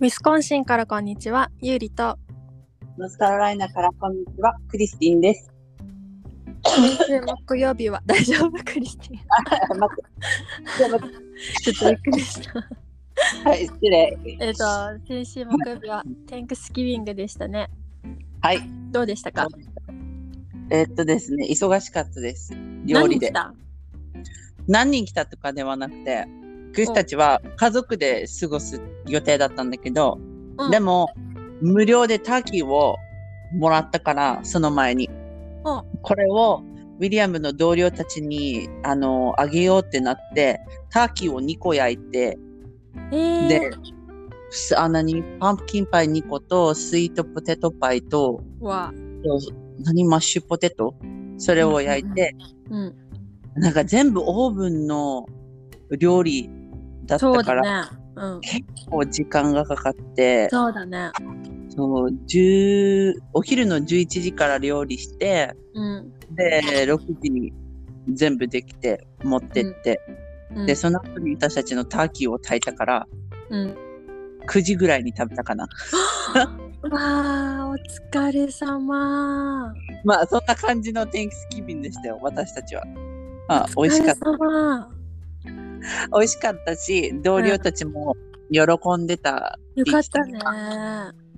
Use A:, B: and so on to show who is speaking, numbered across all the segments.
A: ウィスコンシンからこんにちは、ゆうりと。
B: ノースカロライナからこんにちは、クリスティンです。
A: 今週木曜日は 大丈夫クリスティン。
B: 待って、ちょっと待っ
A: ちょっとびっくりした。
B: てはい、失礼。
A: えっと、先週木曜日はテンクスギビングでしたね。
B: はい。
A: どうでしたか
B: えっとですね、忙しかったです。料理で。
A: 何
B: 何人来たとかではなくて、クリスたちは家族で過ごす予定だったんだけど、
A: 来たうん、
B: でも、無料でターキーをもらったから、その前に。これを、ウィリアムの同僚たちに、あの、あげようってなって、ターキーを2個焼いて、
A: えー、
B: で、すあ何パンプキンパイ2個と、スイートポテトパイと、
A: わ
B: 何マッシュポテトそれを焼いて、
A: うん、
B: なんか全部オーブンの料理だっ
A: そう
B: たか
A: だ
B: ら、
A: ね。うん、
B: こう時間がかかって、
A: そうだね。
B: そう10お昼の11時から料理して、
A: うん、
B: で、6時に全部できて持ってって、
A: うん、
B: で、その後に私たちのターキーを炊いたから、
A: うん。
B: 9時ぐらいに食べたかな。
A: わあ、お疲れ様。
B: まあそんな感じの天気スキビンでしたよ私たちは。あ美味しか
A: お
B: っ
A: 疲れ様。
B: た美味しかったし同僚たちも喜んでた。
A: よかったね。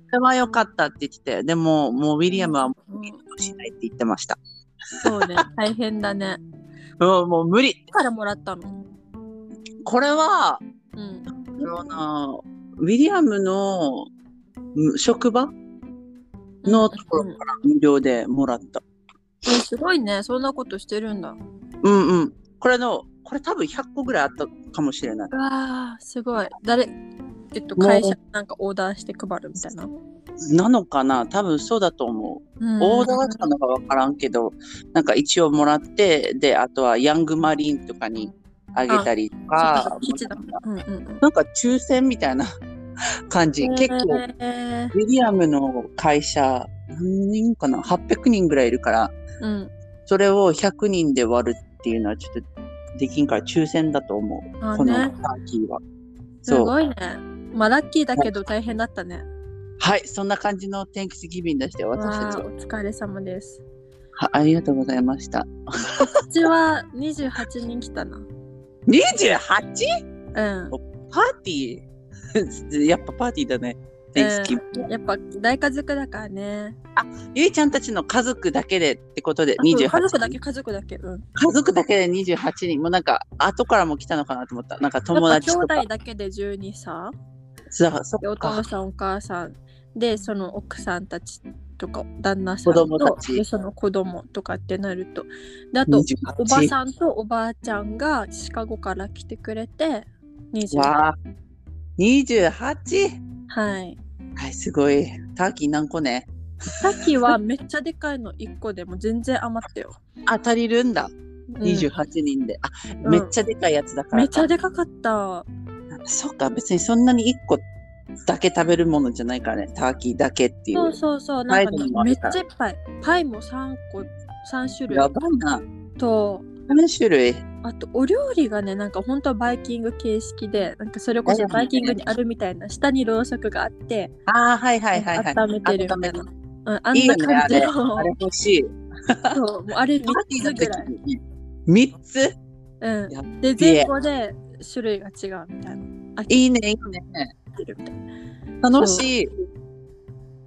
B: それは良かったって言っててでももうウィリアムはも
A: う
B: うんいいことしないって言ってました。
A: そうね、大変だね。
B: もうもう無理
A: いくからもらったの。
B: これは
A: うん。
B: なんだろうなウィリアムのうん職場のところから無料でもらった。
A: えすごいねそんなことしてるんだわ
B: うんうん。これのこれ多分100個ぐらいあったかもしれない。
A: あすごい誰えっと
B: もう
A: 会社なんかオーダーして配るみたいな、
B: なのかな多分そうだと思う。オーダーしたのか分からんけど、なんか一応もらって、で、あとはヤングマリンとかにあげたりと
A: あ
B: か、
A: そうだうんうんうん
B: なんか抽選みたいな 感じ。結構、ウ
A: えー
B: ィリアムの会社、何人かな ?800 人ぐらいいるから、
A: うん
B: それを100人で割るっていうのはちょっとできんから抽選だと思う。
A: あ
B: このタ
A: ね
B: ーキーは。
A: す
B: そう。
A: ごいねまあラッキーだけど大変だったね
B: はい、そんな感じの天気ギビンでして、私た
A: わ
B: ち
A: あ
B: は
A: お疲れ様です
B: は。ありがとうございました。
A: うちは28人来たな
B: 28!
A: うん
B: パーティー やっぱパーティーだね。
A: うん
B: 大好き。
A: やっぱ大家族だからね
B: ゆいちゃんたちの家族だけでってことで
A: あそう
B: 28人。
A: 家族だけ家族だけうん
B: 家族だけで28人。もうなんか、後からも来たのかなと思った。なんか友達
A: やっ
B: と
A: ぱ
B: か
A: 兄。弟だけで12さ
B: そうそ
A: でお
B: っ
A: 父
B: か。
A: さんお母さんでその奥さんたちとか旦那さん
B: 子供
A: と
B: たち
A: でその子供とかってなるとであとおば
B: 28。
A: さんとおばあちゃんがシカゴから来てくれて20
B: わあ。28!
A: はい
B: はい、すごい。ターキー何個ね。
A: さっきはめっちゃでかいの1個でも全然余ったよ、
B: あ、足りるんだ。
A: うん
B: 28人で。
A: う
B: あ、
A: ん
B: めっちゃでかいやつだから。
A: めっちゃでかかった
B: そっか、別にそんなに1個だけ食べるものじゃないからね。ターキーだけってい。
A: そううそうそうなんか
B: パイ
A: ね、
B: にもあ
A: め
B: る
A: っ
B: から
A: ちゃいっぱいパイも3個3種類
B: やばいな。
A: と
B: 何種類
A: あとお料理がねなんか本当はバイキング形式でなんかそれこそバイキングにあるみたいな下にろうそくがあって、
B: ああ、はいはいはいはい。
A: 温めてるみたいな
B: 温める
A: うん、あ
B: いい
A: ん
B: よ
A: な
B: ね、あ
A: 感じ
B: れ。
A: の
B: あれ欲しい。
A: そう もうあれ3
B: パーティー
A: つ
B: の
A: ぐらい
B: 時、に。三つ
A: う
B: やっ
A: ん、で前後で種類が違うみたいな飽き
B: いいね、いいね。
A: てるみたいな
B: 楽しい。うん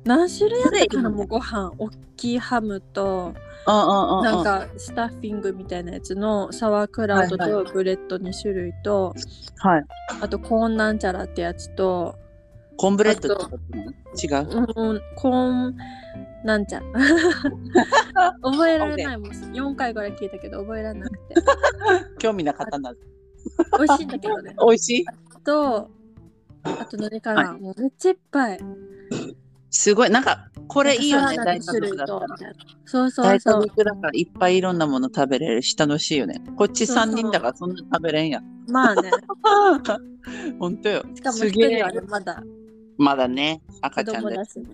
A: 何種類あったかな
B: 種類いいね
A: もうご飯大きいハムと
B: うんうん。
A: なん、かスタッフィングみたいなやつのサワークラウト
B: はいは
A: とブレッド2種類と、
B: はい。
A: あとコーンなんちゃらってやつと
B: コンブレッドってこと違う。
A: うん、コーンなんちゃ 覚えられないもん4回ぐらい聞いたけど覚えられなくて
B: 興味なかったな。
A: 美味しいんだけどね
B: 美味しい。
A: とあと何かな、もうめっちゃいっぱい
B: すごい。なんか、これいいよね、
A: なん
B: 大
A: か
B: 家
A: サラダの種類
B: 族だった
A: と
B: ら
A: み。たいなそうそう
B: 大家
A: そう
B: 族だからいっぱいいろんなもの食べれるし楽しいよね。こっち
A: そうそう
B: 三人だからそんな食べれんや。
A: まあね
B: 本当よ。
A: しかも
B: す
A: 一
B: げ
A: 人
B: え
A: は。ねまだ
B: まだね、
A: 子
B: 赤ちゃん
A: 供
B: で
A: だ。しね、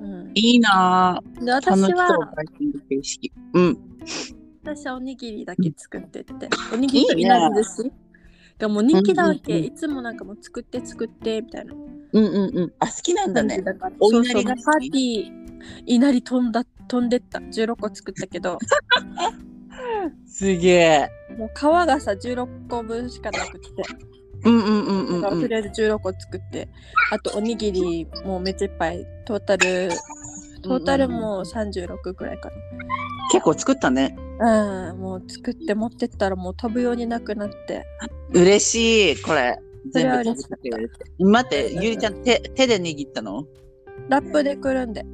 A: うん、
B: いいなぁ。
A: で私
B: 楽しそう。
A: は
B: バイキング形式。うん。
A: 私はおにぎりだけ作ってっておにぎりといなり寿司がもう人気だわけ、
B: うんうんうん
A: いつもなんかもう作って作ってみたいな
B: うんうんうん。あ、好きなんだ
A: 感じ
B: ね。
A: だから、
B: お
A: そう
B: 稲
A: そう
B: 荷
A: パ
B: が
A: ー
B: 好き
A: ティーいなり飛んだ飛んでった16個作ったけ ど
B: すげえ。
A: もう皮がさ16個分しかなくて、
B: うんうんうんうん
A: だから
B: う
A: と
B: ん。
A: りあえず16個作ってあとおにぎりもめっちゃいっぱいトータルトータルもう36くらいか
B: 結構作ったね。
A: なうんもう作って持ってったらもう飛ぶようになくなって
B: 嬉しい、これ。
A: それは
B: 全部
A: 嬉
B: 食べ
A: しか
B: さ
A: っ
B: せてくれる待って、
A: うんうん
B: ゆりちゃん、手、手で握ったの
A: ラップでくるんで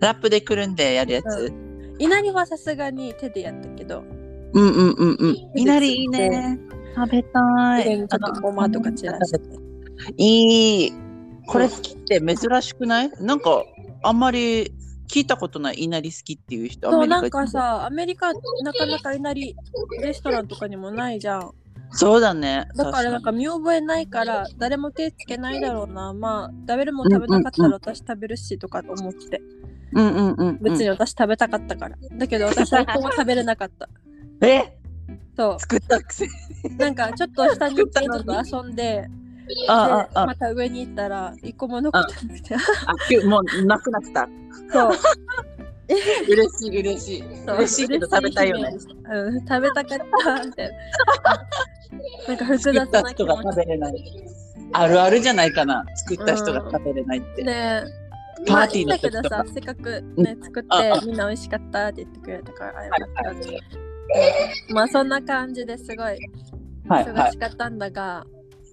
B: ラップでくるんでやるやつ。
A: 稲荷はさすがに手でやったけど
B: うんうんうんうん。
A: い
B: い
A: な
B: な
A: り
B: り
A: い
B: い
A: い
B: い
A: ね
B: ね。食べた
A: で
B: い。
A: ちょっとごまとか散らして
B: いい。これ好きって珍しくないなんか、あんまり聞いたことないいなり好きっていう人、ア
A: そう
B: メリカ
A: なんかさアメリカなかなかいなりレストランとかにもないじゃん
B: そうだね。
A: だからなんか見覚えないから誰も手つけないだろうなまあ食べるもん食べなかったら私食べるしとかと思って
B: 確かに、うんうんうん、うん。
A: 別に私食べたかったから、だ けど私は一個も食べれなかった
B: え
A: そ
B: 作ったくせに。
A: うなんかちょっと下に行ってちょっと遊んでで
B: あああ
A: また上に行ったら一個も残ってなくて
B: あ、きゅもうなくなった。
A: そう
B: 嬉しい嬉しい。
A: そう
B: 嬉しいけど食べたいよね
A: 嬉。しい悲鳴でしたうん食べたかったみたいな なんか複
B: 作
A: 雑
B: った
A: な気
B: 人が
A: 持
B: 食
A: ち
B: べれない。あるあるじゃないかな。作った人が食べれないって。
A: ねえ
B: パーティー
A: まあ
B: の
A: いいんだけ
B: 時
A: ど
B: とか
A: さ。せっかくね作って
B: ああ
A: みんな美味しかったって言ってくれたからあよかった
B: はいはい
A: まあそんな感じですごい
B: はいは
A: 忙
B: い。
A: しかったんだが、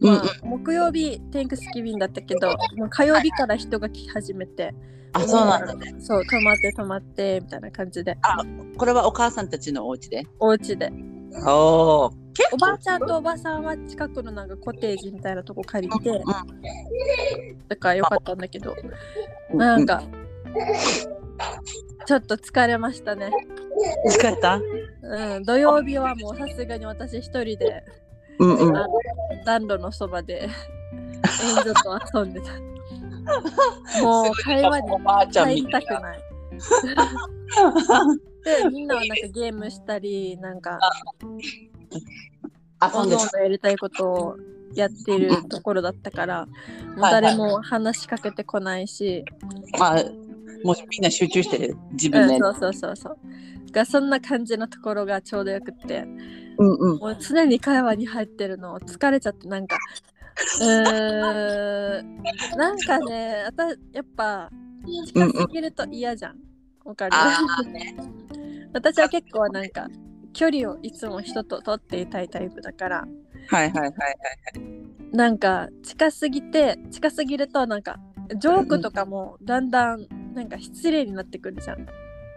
B: うんうん
A: まあ、木曜日天クスキビンだったけど、もう火曜日から人が来始めて、
B: あ、そうなんだね。
A: そう泊まって泊まってみたいな感じで
B: これはお母さんたちのお家で。
A: お家で
B: おお。結構
A: おばあちゃんとおばさんは近くのなんかコテージみたいなとこ借りてだからよかったんだけど
B: うん
A: なんかちょっと疲れましたね、
B: うん疲れた。
A: うん、土曜日はもうさすがに私一人で
B: うんう
A: あ
B: ん。
A: の暖炉のそばで遠慮と遊んでたもう会話に
B: おばあちゃん
A: 入
B: み
A: り
B: た
A: た
B: い
A: くない
B: な。
A: でみんなはなんかゲームしたりなんか
B: 遊
A: お
B: ん
A: のお
B: でた。
A: のやりたいことをやってるところだったから、もう
B: はいはい
A: 誰も話しかけてこないし、
B: あ、もうみんな集中してる。自
A: う
B: 分
A: ん、
B: で。
A: そうそうそうそう。がそんな感じのところがちょうどよくって、
B: うんうん。
A: もう常に会話に入ってるの疲れちゃってなんか、うーん、なんかね、あたやっぱ近すぎると嫌じゃん。わかる。
B: ああ、
A: 私は結構なんか距離をいつも人と取っていたいタイプだから。
B: はいはいはいはい。
A: なんか近すぎて近すぎるとなんかジョークとかもだんだんなんか失礼になってくるじゃん。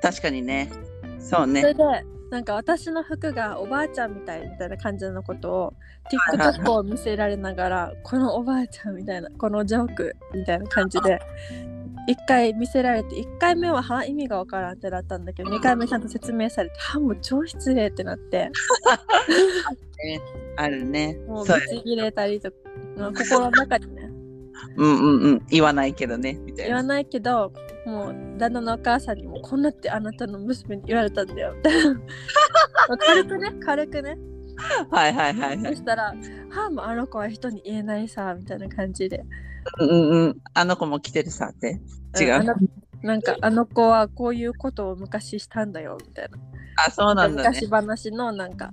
B: 確かにね。そう
A: そ
B: ね。
A: れでなんか私の服がおばあちゃんみたいみたいな感じのことを
B: はいはいはい
A: TikTok を見せられながらこのおばあちゃんみたいなこのジョークみたいな感じで1回見せられて1回目はは意味がわからんってなったんだけど2回目ちゃんと説明されてはもう超失礼ってなって
B: あるね。
A: もうブ
B: そう。
A: チ切れたりとかまあ心の中でね
B: うんうんうん。言わないけどね。みたい
A: 言わ
B: な。
A: ないけどもう旦那のお母さんにもこんなってあなたの娘に言われたんだよみたい な軽くね軽くね
B: はいはいはいは
A: そ
B: い。
A: したら「はあもうあの子は人に言えないさ」みたいな感じで
B: うんうんうん。あの子も来てるさって。違
A: んあ
B: う
A: の。なんかあの子はこういうことを昔したんだよみたいな
B: あ、そうなんだね
A: 昔。話のなんか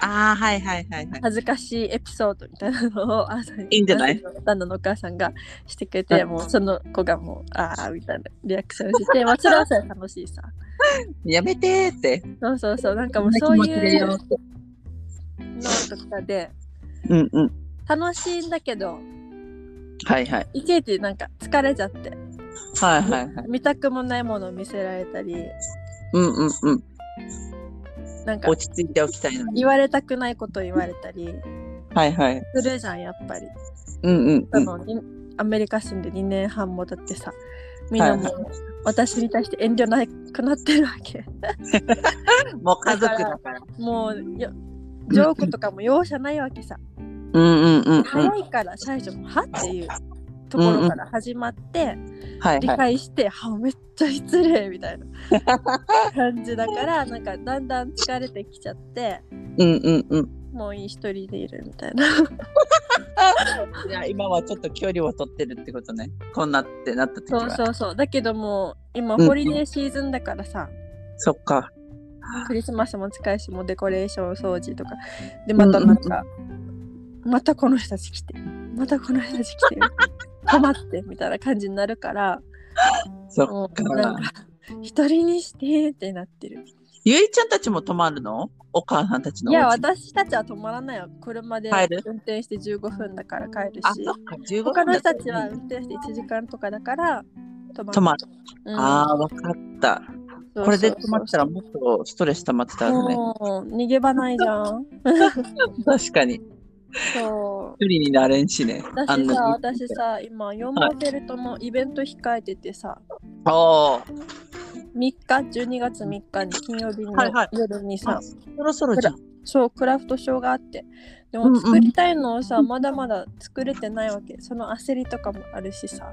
B: ああ、はいはいはいはい。
A: 恥ずかしいエピソードみたいなのをあそう
B: いいんじゃない
A: 旦那のお母さんがしてくれて
B: うん
A: もうその子がもう「ああ」みたいなリアクションして もちろんそれは楽しいさ
B: やめてーって。
A: そうそうそうなんかもうそういう
B: う。
A: のとかで
B: うんうん。
A: 楽しいんだけど
B: はいはい。
A: いちいちなんか疲れちゃって
B: はいはいはい。
A: 見たくもないものを見せられたり
B: うんうんうん。
A: なんか
B: 落ち着いておきたいのに。
A: 言われたくないことを言われたり
B: はいはい。
A: するじゃんやっぱり。
B: うんうん
A: あ
B: うん。
A: のにアメリカ住んで2年半もだってさみんなもう私に対して遠慮なくなってるわけ。
B: もう家族だから。
A: もうよジョークとかも容赦ないわけさ。
B: うんうんうんうん。
A: 早いから最初も「は?」っていうところから始まって。
B: はい
A: 理
B: はい。
A: 解して、はめっちゃ失礼みたいな感じだからなんかだんだん疲れてきちゃって
B: うんうんうん。
A: もういい一人でいるみたいな
B: じゃあ今はちょっと距離を取ってるってことね。こんなってなった時
A: そう
B: は。
A: そうそうだけどもう今
B: うんうん
A: ホリデーシーズンだからさ、
B: そっか。
A: クリスマスも近いしもうデコレーション掃除とかでまたなんか、またこの人たち来てまたこの人たち来て 困ってみたいな感じになるから
B: そ
A: も
B: っ
A: うなん
B: か。
A: か一人にしてってなってる
B: ゆいちゃんたちも泊まるのお母さんたちの
A: い
B: お家
A: や私たちは止まらないよ車で
B: 帰る
A: 運転して15分だから帰る
B: あ、
A: し
B: そっか。15分
A: 他の
B: だ
A: 人たちは運転して1時間とかだから止ま
B: 泊ま
A: る
B: る。
A: うん
B: ああ、わかった。
A: そうそうそう
B: これで止まったらもっとストレス溜まってたらね。
A: もう逃げ場ないじゃん
B: 確かに。一
A: そう
B: 人になれんしね。あん
A: 私
B: な
A: さ、私。さ、今、4モデルともイベント控えててさ、
B: おー
A: 3日、12月3日に金曜日の
B: はいはい
A: 夜にさ、
B: あそろそろじゃん。
A: そう、クラフトショーがあって、で
B: うん
A: も
B: うん
A: 作りたいのをさ、まだまだ作れてないわけ。その焦りとかもあるしさ、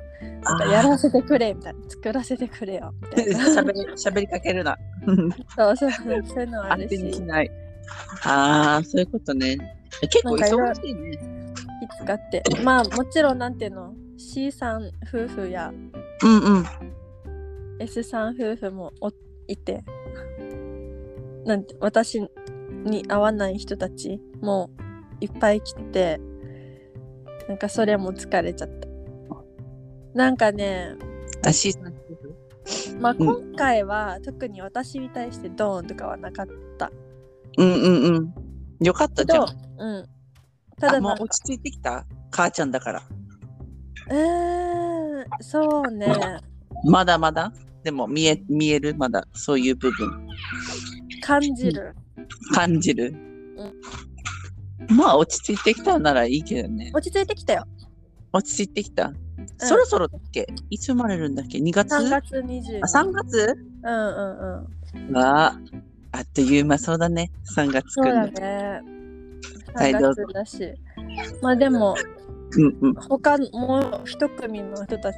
A: なんかやらせてくれみたいな、作らせてくれよみたいな。
B: 喋り喋りかけ るな。
A: そうそうそう、そういうのはあ
B: 当
A: る
B: て
A: し、
B: に
A: い
B: しない。ああ、そういうことね。結構忙しいね。
A: つかって。まあ、もちろん、なんていうの、C さん夫婦や
B: うんうん。
A: S さん夫婦もおいてなんて私に合わない人たちもいっぱい来てなんかそれも疲れちゃったなんかね、
B: あ、シーズン
A: まあ、今回は特に私に対してドーンとかはなかった
B: うんうんうん。よかった
A: け
B: じゃん
A: ど。、うん、た
B: あ
A: だ
B: も
A: な
B: うん
A: か
B: 落ち着いてきた母ちゃんだから。
A: うーんそうね
B: まだまだでも見え、見えるまだ。そういう部分。
A: 感じる
B: 感じる。まあ落ち着いてきたならいいけどね。
A: 落ち着いてきたよ
B: 落ち着いてきた。そろそろだっけいつ生まれるんだっけ ?2 月
A: 3月20
B: あ、3月
A: うんうんうん
B: わあ、あっという間そうだね。3月く
A: そうだ
B: らい。
A: ね。
B: はい
A: 3
B: どうぞ
A: 月だし。まあでも、
B: うんうん。
A: 他もう一組の人たち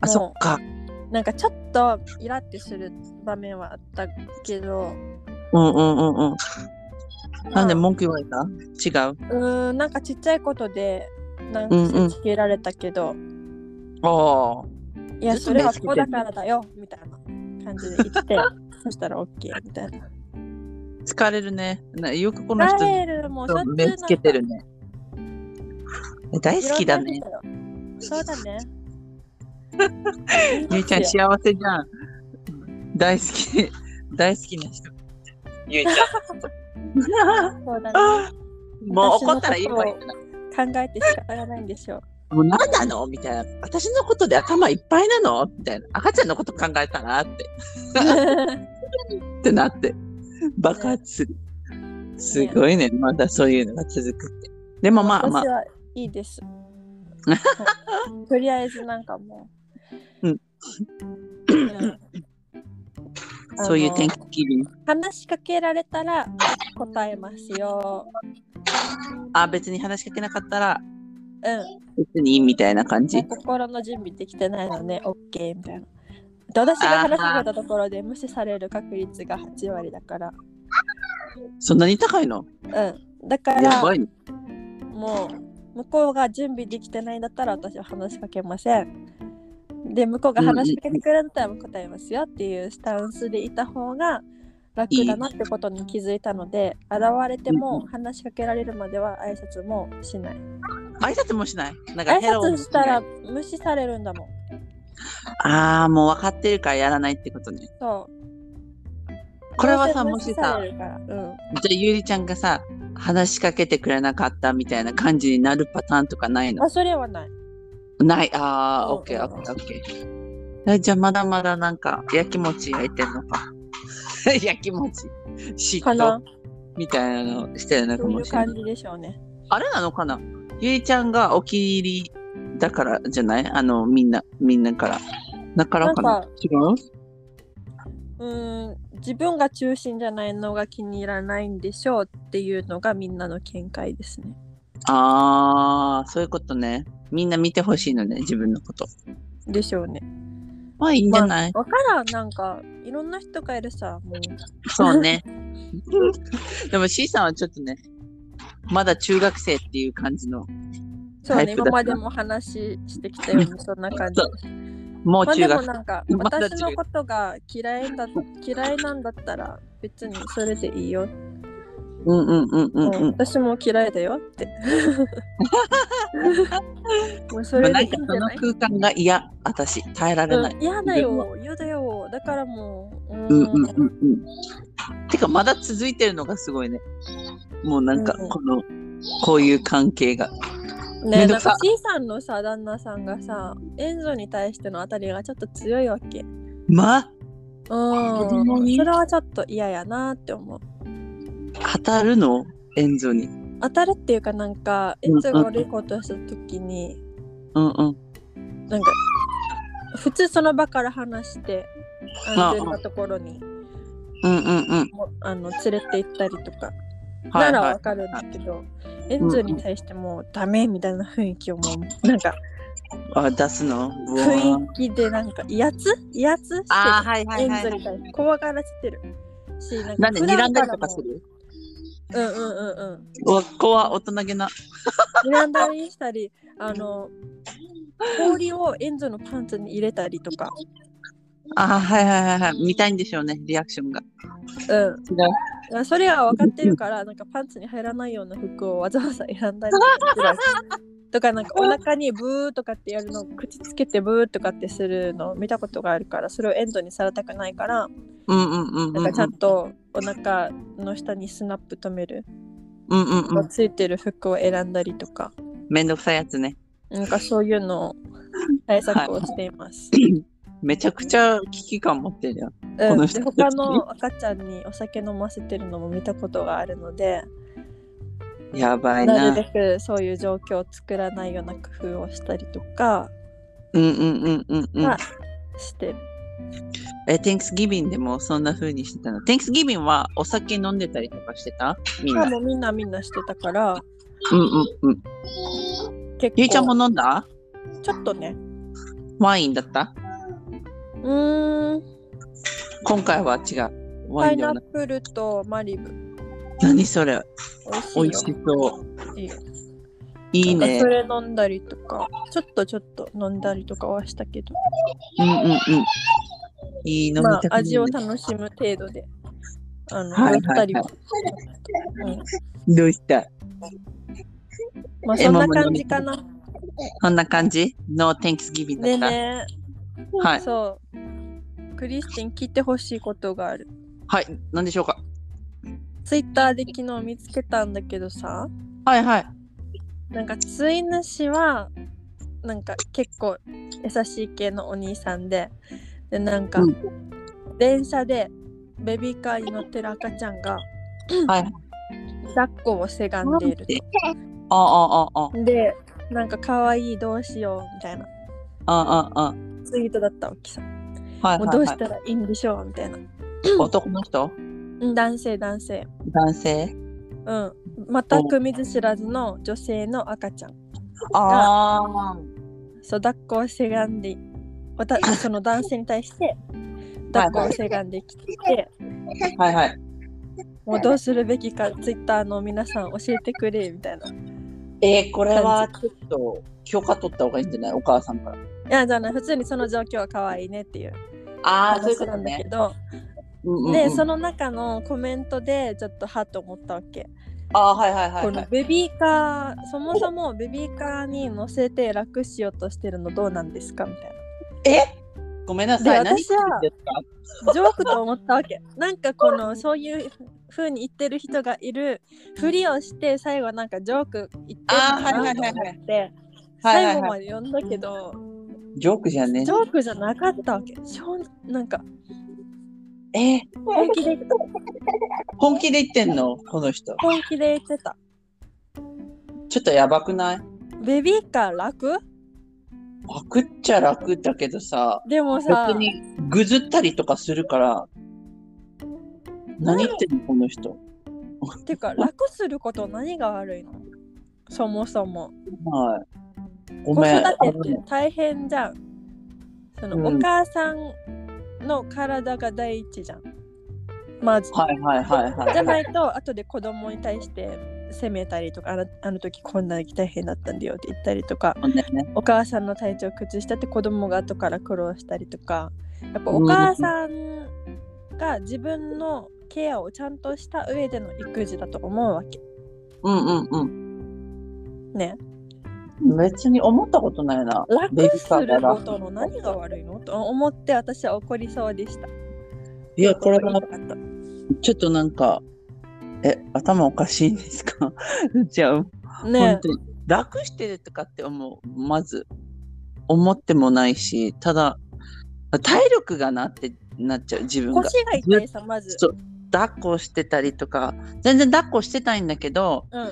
B: あ、そっか。
A: なんかちょっとイラってする場面はあったけど、
B: うんうんうんうん。なんで
A: まあ
B: 文句言われた違う。
A: うーん、なんかちっちゃいことで、なん
B: うんう
A: か
B: ん
A: つけられたけど、
B: ああ。
A: いや、
B: ずっと
A: それはここだからだよ、みたいな感じで言 って、そしたら OK みたいな。
B: 疲れるね。なよくこの人
A: 帰るもしょっちゅう
B: 目つけてる
A: なんか
B: ね。大好きだね。。
A: そうだね。
B: ゆいちゃん幸せじゃん。大好き。 大好きな人。ゆい ちゃん。
A: そうだね。
B: もう怒ったら言えばいいかな。
A: 考えて仕方がないんでしょう。
B: もう何なのみたいな。私のことで頭いっぱいなのみたいな。赤ちゃんのこと考えたらって。ってなって。爆発する。すごいね。まだそういうのが続くって。でもまあまあ
A: 私。はいいです。 はいとりあえずなんかもう。
B: うん
A: うん
B: そういう天
A: あの
B: 気に。
A: 話しかけられたら答えますよ。
B: あ、別に話しかけなかったら、
A: う
B: 別にいいみたいな感じ
A: ん。。心の準備できてないのね、OK みたいな。で私が話しかけたところで無視される確率が8割だから。
B: そんなに高いの
A: うん。だか
B: や
A: ら、
B: ばいね。
A: もう向こうが準備できてないんだったら私は話しかけません。で向こうが話しかけてくれたら答えますよっていうスタンスでいた方が楽だなってことに気づいたので現れて
B: うん
A: も話しかけられるまでは挨拶もしない。
B: 挨拶もしない。なんか
A: 挨
B: ヘロー
A: 拶
B: も
A: したら
B: ない。
A: 無視されるんだもん。
B: ああ、もう分かってるからやらないってことね。
A: そう。
B: これはさ、
A: どう
B: も
A: せ
B: し
A: 無視さ
B: さ、
A: れるからうん、
B: じゃあゆりちゃんがさ、話しかけてくれなかったみたいな感じになるパターンとかないの
A: あそれはない。
B: ない。ああ、
A: うん
B: オッケーオッケーオッケー。えじゃあまだまだなんか、やきもち焼いてんのか。 やきもち。嫉
A: か
B: 妬
A: な
B: みたいなのしてるのか
A: そうい
B: も
A: う
B: しれない
A: 感。じでしょうね。
B: あれなのかなゆいちゃんがお気に入りだからじゃないあの、みんな、みんなから。だからか
A: な
B: な
A: んか
B: 違う
A: うん自分が中心じゃないのが気に入らないんでしょうっていうのがみんなの見解ですね。
B: ああ、そういうことね。みんな見てほしいのね、自分のこと。
A: でしょうね。
B: まあいいんじゃない、
A: わからんなんかいろんな人がいるさもう
B: そうね。でも C さんはちょっとね、まだ中学生っていう感じの、
A: そう
B: タ
A: ね、
B: イプ
A: 今
B: だ
A: までも話してきたように、 そんな感じ
B: そ。もう
A: まあで
B: 中
A: も
B: 学
A: なんか、
B: まだ中学
A: 私のことが嫌 いだ嫌いなんだったら、別にそれでいいよ。
B: うんうんうんうん
A: もう
B: うん。
A: 私も嫌いだよ って。もうそ
B: まあ
A: れ
B: な
A: でいい
B: ん
A: ん
B: か
A: じゃ
B: その
A: ない
B: 空間が嫌、私、耐えられない。
A: うん嫌だよ、嫌だよ。だからもう、
B: う
A: うん
B: うんうんうん。てか、まだ続いてるのがすごいね。もうなんか、
A: うんうん
B: この、こういう関係が。め
A: ね
B: んど
A: なん
B: くさ
A: か C さんのさ旦那さんがさエンゾに対してのあたりがちょっと強いわけうん
B: まあ、供に
A: それはちょっと嫌やなって思う
B: 語るのエンゾに。
A: 当たるっていうかなんかエンゾが悪いことをした時に
B: うんうん。
A: なんか普通その場から話して安全なところに
B: うんうんうん。
A: もあの連れて行ったりとか
B: は
A: な
B: い
A: ら
B: は
A: わ
B: い。
A: かるんだけどエンゾに対してもうダメみたいな雰囲気をもうなんか
B: あ、出すのうわ
A: 雰囲気でなんか威圧威圧してる
B: あーはいは
A: エ
B: い
A: ン
B: は
A: ゾ
B: いは
A: に対
B: い。
A: して怖がらせてるし、なん
B: なんで、睨んだり
A: ら
B: とか
A: も
B: する
A: うんうんうんうん。
B: うわ、子は大人げな。
A: 睨んだりした り、あの、氷をエンゾのパンツに入れたりとか、
B: あー、はいはいはいはい。見たいんでしょうね、リアクションが。
A: うん。
B: 違う。
A: いやそれは分かってるから、なんかパンツに入らないような服をわざわざ選んだりとか。とかなん かお腹にブーとかってやるの口つけてブーとかってするのを見たことがあるからそれをエンゾにされたくないから
B: うんうんうんう
A: なん
B: ん
A: か
B: うん
A: ち。ゃんとお腹の下にスナップ止める、
B: うんうんうん。
A: ついてる服を選んだりとか
B: めんどくさいやつね。
A: なんかそういうのを対策をしています。
B: めちゃくちゃ危機感持ってるよ。こ
A: う
B: の
A: ん、
B: 人
A: で
B: たち
A: 他の赤ちゃんにお酒飲ませてるのも見たことがあるので
B: やばい
A: な
B: な。
A: るべくそういう状況を作らないような工夫をしたりとか
B: うんうんうんうんうん。
A: はいしてる。
B: え、Thanksgiving でもそんな風にしてたの。Thanksgiving はお酒飲んでたりとかしてたみん
A: まあ
B: な。
A: もうみんなみんなしてたから
B: うんうんうん。
A: 結
B: ゆいちゃん
A: 構
B: も飲んだ
A: ちょっとね
B: ワインだった
A: うーん
B: 今回は違う。ワ
A: パ
B: イ
A: イ
B: ンで
A: ナ
B: はな
A: ッ
B: い。
A: プルとマリブ
B: 何それ
A: 美
B: 美
A: 味し
B: 味しそう。
A: いよいいよ
B: いいね
A: そ。れ飲んだりとかちょっとちょっと飲んだりとかはしたけど、
B: うんうんうん。いい飲み
A: まあ
B: たくなる
A: 味を楽しむ程度であの、
B: はいはいはい
A: お二人はうん
B: どうした
A: まあ
B: え
A: そんな
B: ママの
A: 感じかな。
B: こんな感じの Thanksgiving
A: で
B: だった。
A: ね、
B: はい。
A: そう。クリスティン聞いてほしいことがある。
B: はい。何でしょうか
A: ツイッターで昨日見つけたんだけどさ、
B: はいはい。
A: なんかつい主はなんか結構優しい系のお兄さんで、でなんか、
B: う
A: 電車でベビーカーに乗ってる赤ちゃんが、
B: はい
A: 抱っこをせがんでいると。
B: あああああ
A: で、なんか可愛いどうしようみたいな
B: あああ。
A: ツイートだったわけさ。も
B: はいはい、はい。
A: うどうしたらいいんでしょうみたいな。
B: 男の人
A: うん男性男性
B: 男性
A: うん全く見ず知らずの女性の赤ちゃん
B: ああ。
A: そう抱っこをせがんでわたその男性に対 して抱っこをせがんできていて
B: はいはい。
A: もうどうするべきかツイッターの皆さん教えてくれみたいない
B: えー、これはちょっと許可取った方がいいんじゃないお母さんから。
A: やじゃあね普通にその状況は可愛いねっていう
B: あ
A: 話なんだけ。ど
B: うんうんうん、
A: でその中のコメントでちょっとはっと思ったわけ
B: あーはいはいはい、
A: こ
B: は
A: の
B: い。
A: ベビーカーそもそもベビーカーに乗せて楽しようとしてるのどうなんですかみたいな
B: えごめんなさ
A: で
B: い。何
A: 私は
B: 言ってるんですか
A: ジョークと思ったわけ。なんかこのそういう風に言ってる人がいるふりをして最後なんかジョーク言って
B: あ
A: るのか
B: ーはいは
A: ないと
B: はい
A: 思って
B: はいはいはい
A: 最後まで読んだけど
B: ジョークじゃね
A: ジョークじゃなかったわけ。しょうなんか
B: え。え
A: 本気で
B: 本気で言ってんのこの人。
A: 本気で言ってた。
B: ちょっとやばくない
A: ベビーカー楽
B: 楽っちゃ楽だけどさ、
A: でもさ
B: 別にぐずったりとかするから、何言ってんのこの人。
A: てか楽すること何が悪いのそもそも。
B: はい。ご
A: 子
B: めん。
A: 育てって大変じゃん。その、
B: うん
A: お母さんの体が第一じゃん。まず。
B: はいはいはいはい。
A: じゃないと後で子供に対して責めたりとかあのあの時こんな大変だったんだよって言ったりとか
B: ほんでね。
A: お母さんの体調を崩したって子供が後から苦労したりとかやっぱお母さんが自分のケアをちゃんとした上での育児だと思うわけ
B: うんうん
A: ね
B: うん。別に思ったことないな。ベ
A: 楽
B: ビーカ
A: す
B: ーだ
A: る
B: な
A: ことの何が悪いのと思って私は怒りそうでした
B: いや、これは
A: 怒りたかっ
B: ちょっとなんか、え、頭おかしいんですか じゃあ、
A: たね
B: 本当に楽してるとかって思うまず思ってもないしただ体力がなってなっちゃう自分が
A: 腰が痛いさまず
B: そう抱っこしてたりとか全然抱っこしてたいんだけど
A: うん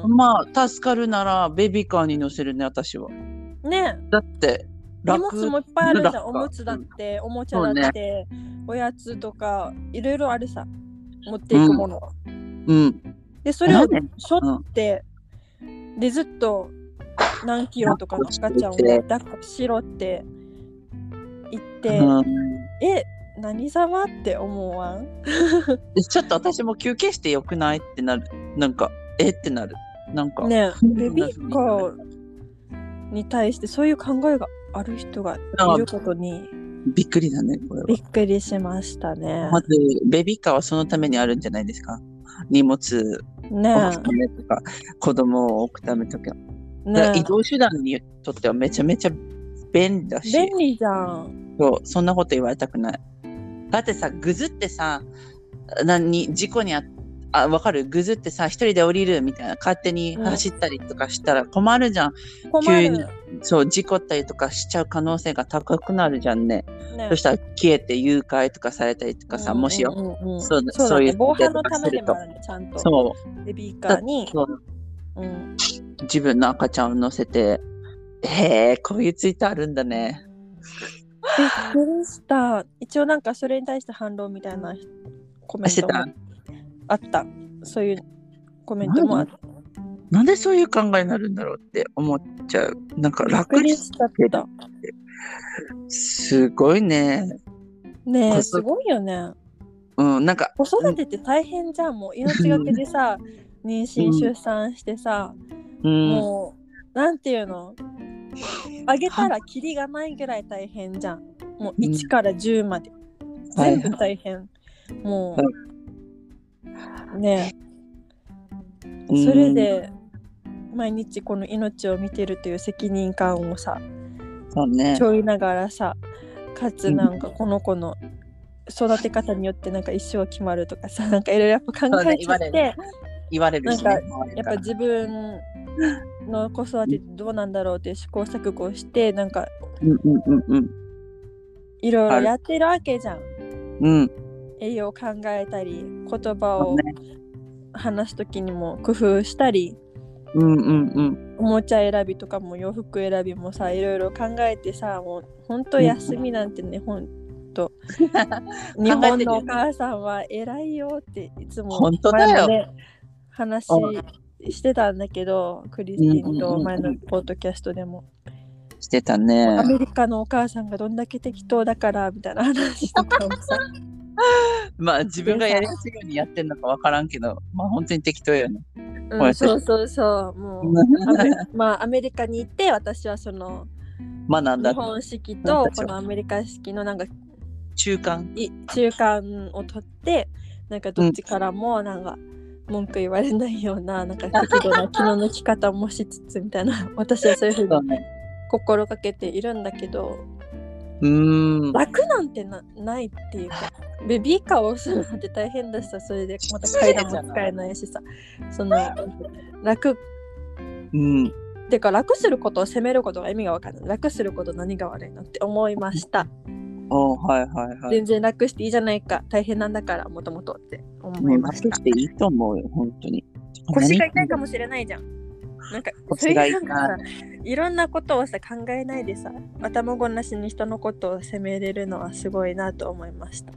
A: うんう
B: まあ助かるならベビーカーに乗せるね私は
A: んね
B: だって
A: 荷
B: 楽
A: 物もいっぱいあるじゃん
B: 楽
A: おむつだっておもちゃだって、おやつとかいろいろあるさ持っていくもの、
B: うん
A: でそれを
B: なんで
A: しょって、でずっと何キロとかの赤ちゃんを
B: 抱っ
A: 抱っこしろって言って、
B: うん
A: え何様って思わん
B: でちょっと私も休憩してよくないってなるなんかえってなるなんか、
A: ね
B: うん
A: ベビーカーに対してそういう考えがある人がいることに
B: びっくりだねこれは
A: びっくりしましたね
B: ま。ず、ベビーカーはそのためにあるんじゃないですか。荷物
A: ね
B: を置くためとか、子供を置くためとか。だから
A: ね
B: 移動手段にとってはめちゃめちゃ便利だし、
A: 便利じゃん。
B: そうそんなこと言われたくない。だってさ、ぐずってさ、何、事故にああ、わかるぐずってさ、一人で降りるみたいな、勝手に走ったりとかしたら困るじゃん。
A: 困
B: 急
A: る
B: に。そう、事故ったりとかしちゃう可能性が高くなるじゃんね。
A: ね
B: そしたら消えて誘拐とかされたりとかさ、もしよ、
A: うんうんうん
B: そうだ
A: そうだ
B: そうい
A: ね
B: う
A: 防犯のためでもあるね、ちゃんと。
B: そう、
A: ベビーカーに。
B: そう
A: うん、
B: 自分の赤ちゃんを乗せて、へえ、こういうツイートあるんだね。
A: びっくりした。一応なんかそれに対して反論みたいなコメントもあった。そういうコメントもあった。
B: なんでそういう考えになるんだろうって思っちゃう。なんか
A: びっく
B: 楽
A: り
B: に
A: しちゃっ
B: してる
A: た。
B: すごいね。
A: ね
B: こ
A: え、
B: そ
A: すごいよね。
B: うん、なんか、
A: 子育てって大変じゃん、もう命がけでさ、妊娠、出産してさ、
B: うん、
A: もう、なんていうのあげたらキリがないぐらい大変じゃん。もう
B: うん
A: 1から10まで。
B: はい
A: 全部大変。もう、ねえ
B: うん
A: それ、で、毎日この命を見てるという責任感をさ、
B: そうね
A: 背。負いながらさ、かつなんかこの子の育て方によってなんか一生は決まるとかさ、なんかいろいろやっぱ考えちゃっ
B: そうね言われる
A: て、
B: 言われるし、ね、
A: なん
B: 周り
A: やっ
B: か
A: ぱ
B: ら
A: 自分の子育てどうなんだろうっていう試行錯誤をしてなんか
B: うんうんうん
A: いろいろ
B: ある
A: やってるわけじゃん
B: うん。うん、
A: 栄養を考えたり言葉
B: そう
A: を
B: ね
A: 話す時にも工夫したり
B: うんうんうん。
A: おもちゃ選びとかも洋服選びもさいろいろ考えてさもうほんと休みなんてねほん と日本のお母さんは偉いよっていつも
B: 本当だ
A: 前も
B: よ
A: ね話してたんだけどクリスティンと前のポッドキャストでも
B: してたね
A: ア。メリカのお母さんがどんだけ適当だからみたいな話とかも さ
B: まあ自分がやりやすいようにやってんのかわからんけど、まあ本当に適当よね。
A: うん、そうそうそうもうアメまあアメリカに行って私はその
B: 学んだ
A: 日本式とこのアメリカ式のなんか
B: 中間。
A: い中間を取ってなんかどっちからもなんか文句言われないようななんか適度な気の抜き方もしつつみたいな私はそういうふう
B: そ
A: に
B: うね。
A: 心がけているんだけど
B: うーん。
A: 楽なんてなないっていうかベビーカーを押すのなんて大変だしさそれでまた階段も使えないしさその楽
B: うん。
A: てか楽することを責めることが意味が分からない楽すること何が悪いのって思いました
B: おはいはいはい。
A: 全然楽していいじゃないか大変なんだからもともとって思
B: も
A: いうました
B: 楽していいと思うよ、本当に。
A: 腰が痛いか
B: も。
A: もしれないじゃんなんかそう
B: 腰が
A: い
B: 痛
A: う
B: い
A: なんかさいろんなことをさ考えないでさ頭ごなしに人のことを責めれるのはすごいなと思いました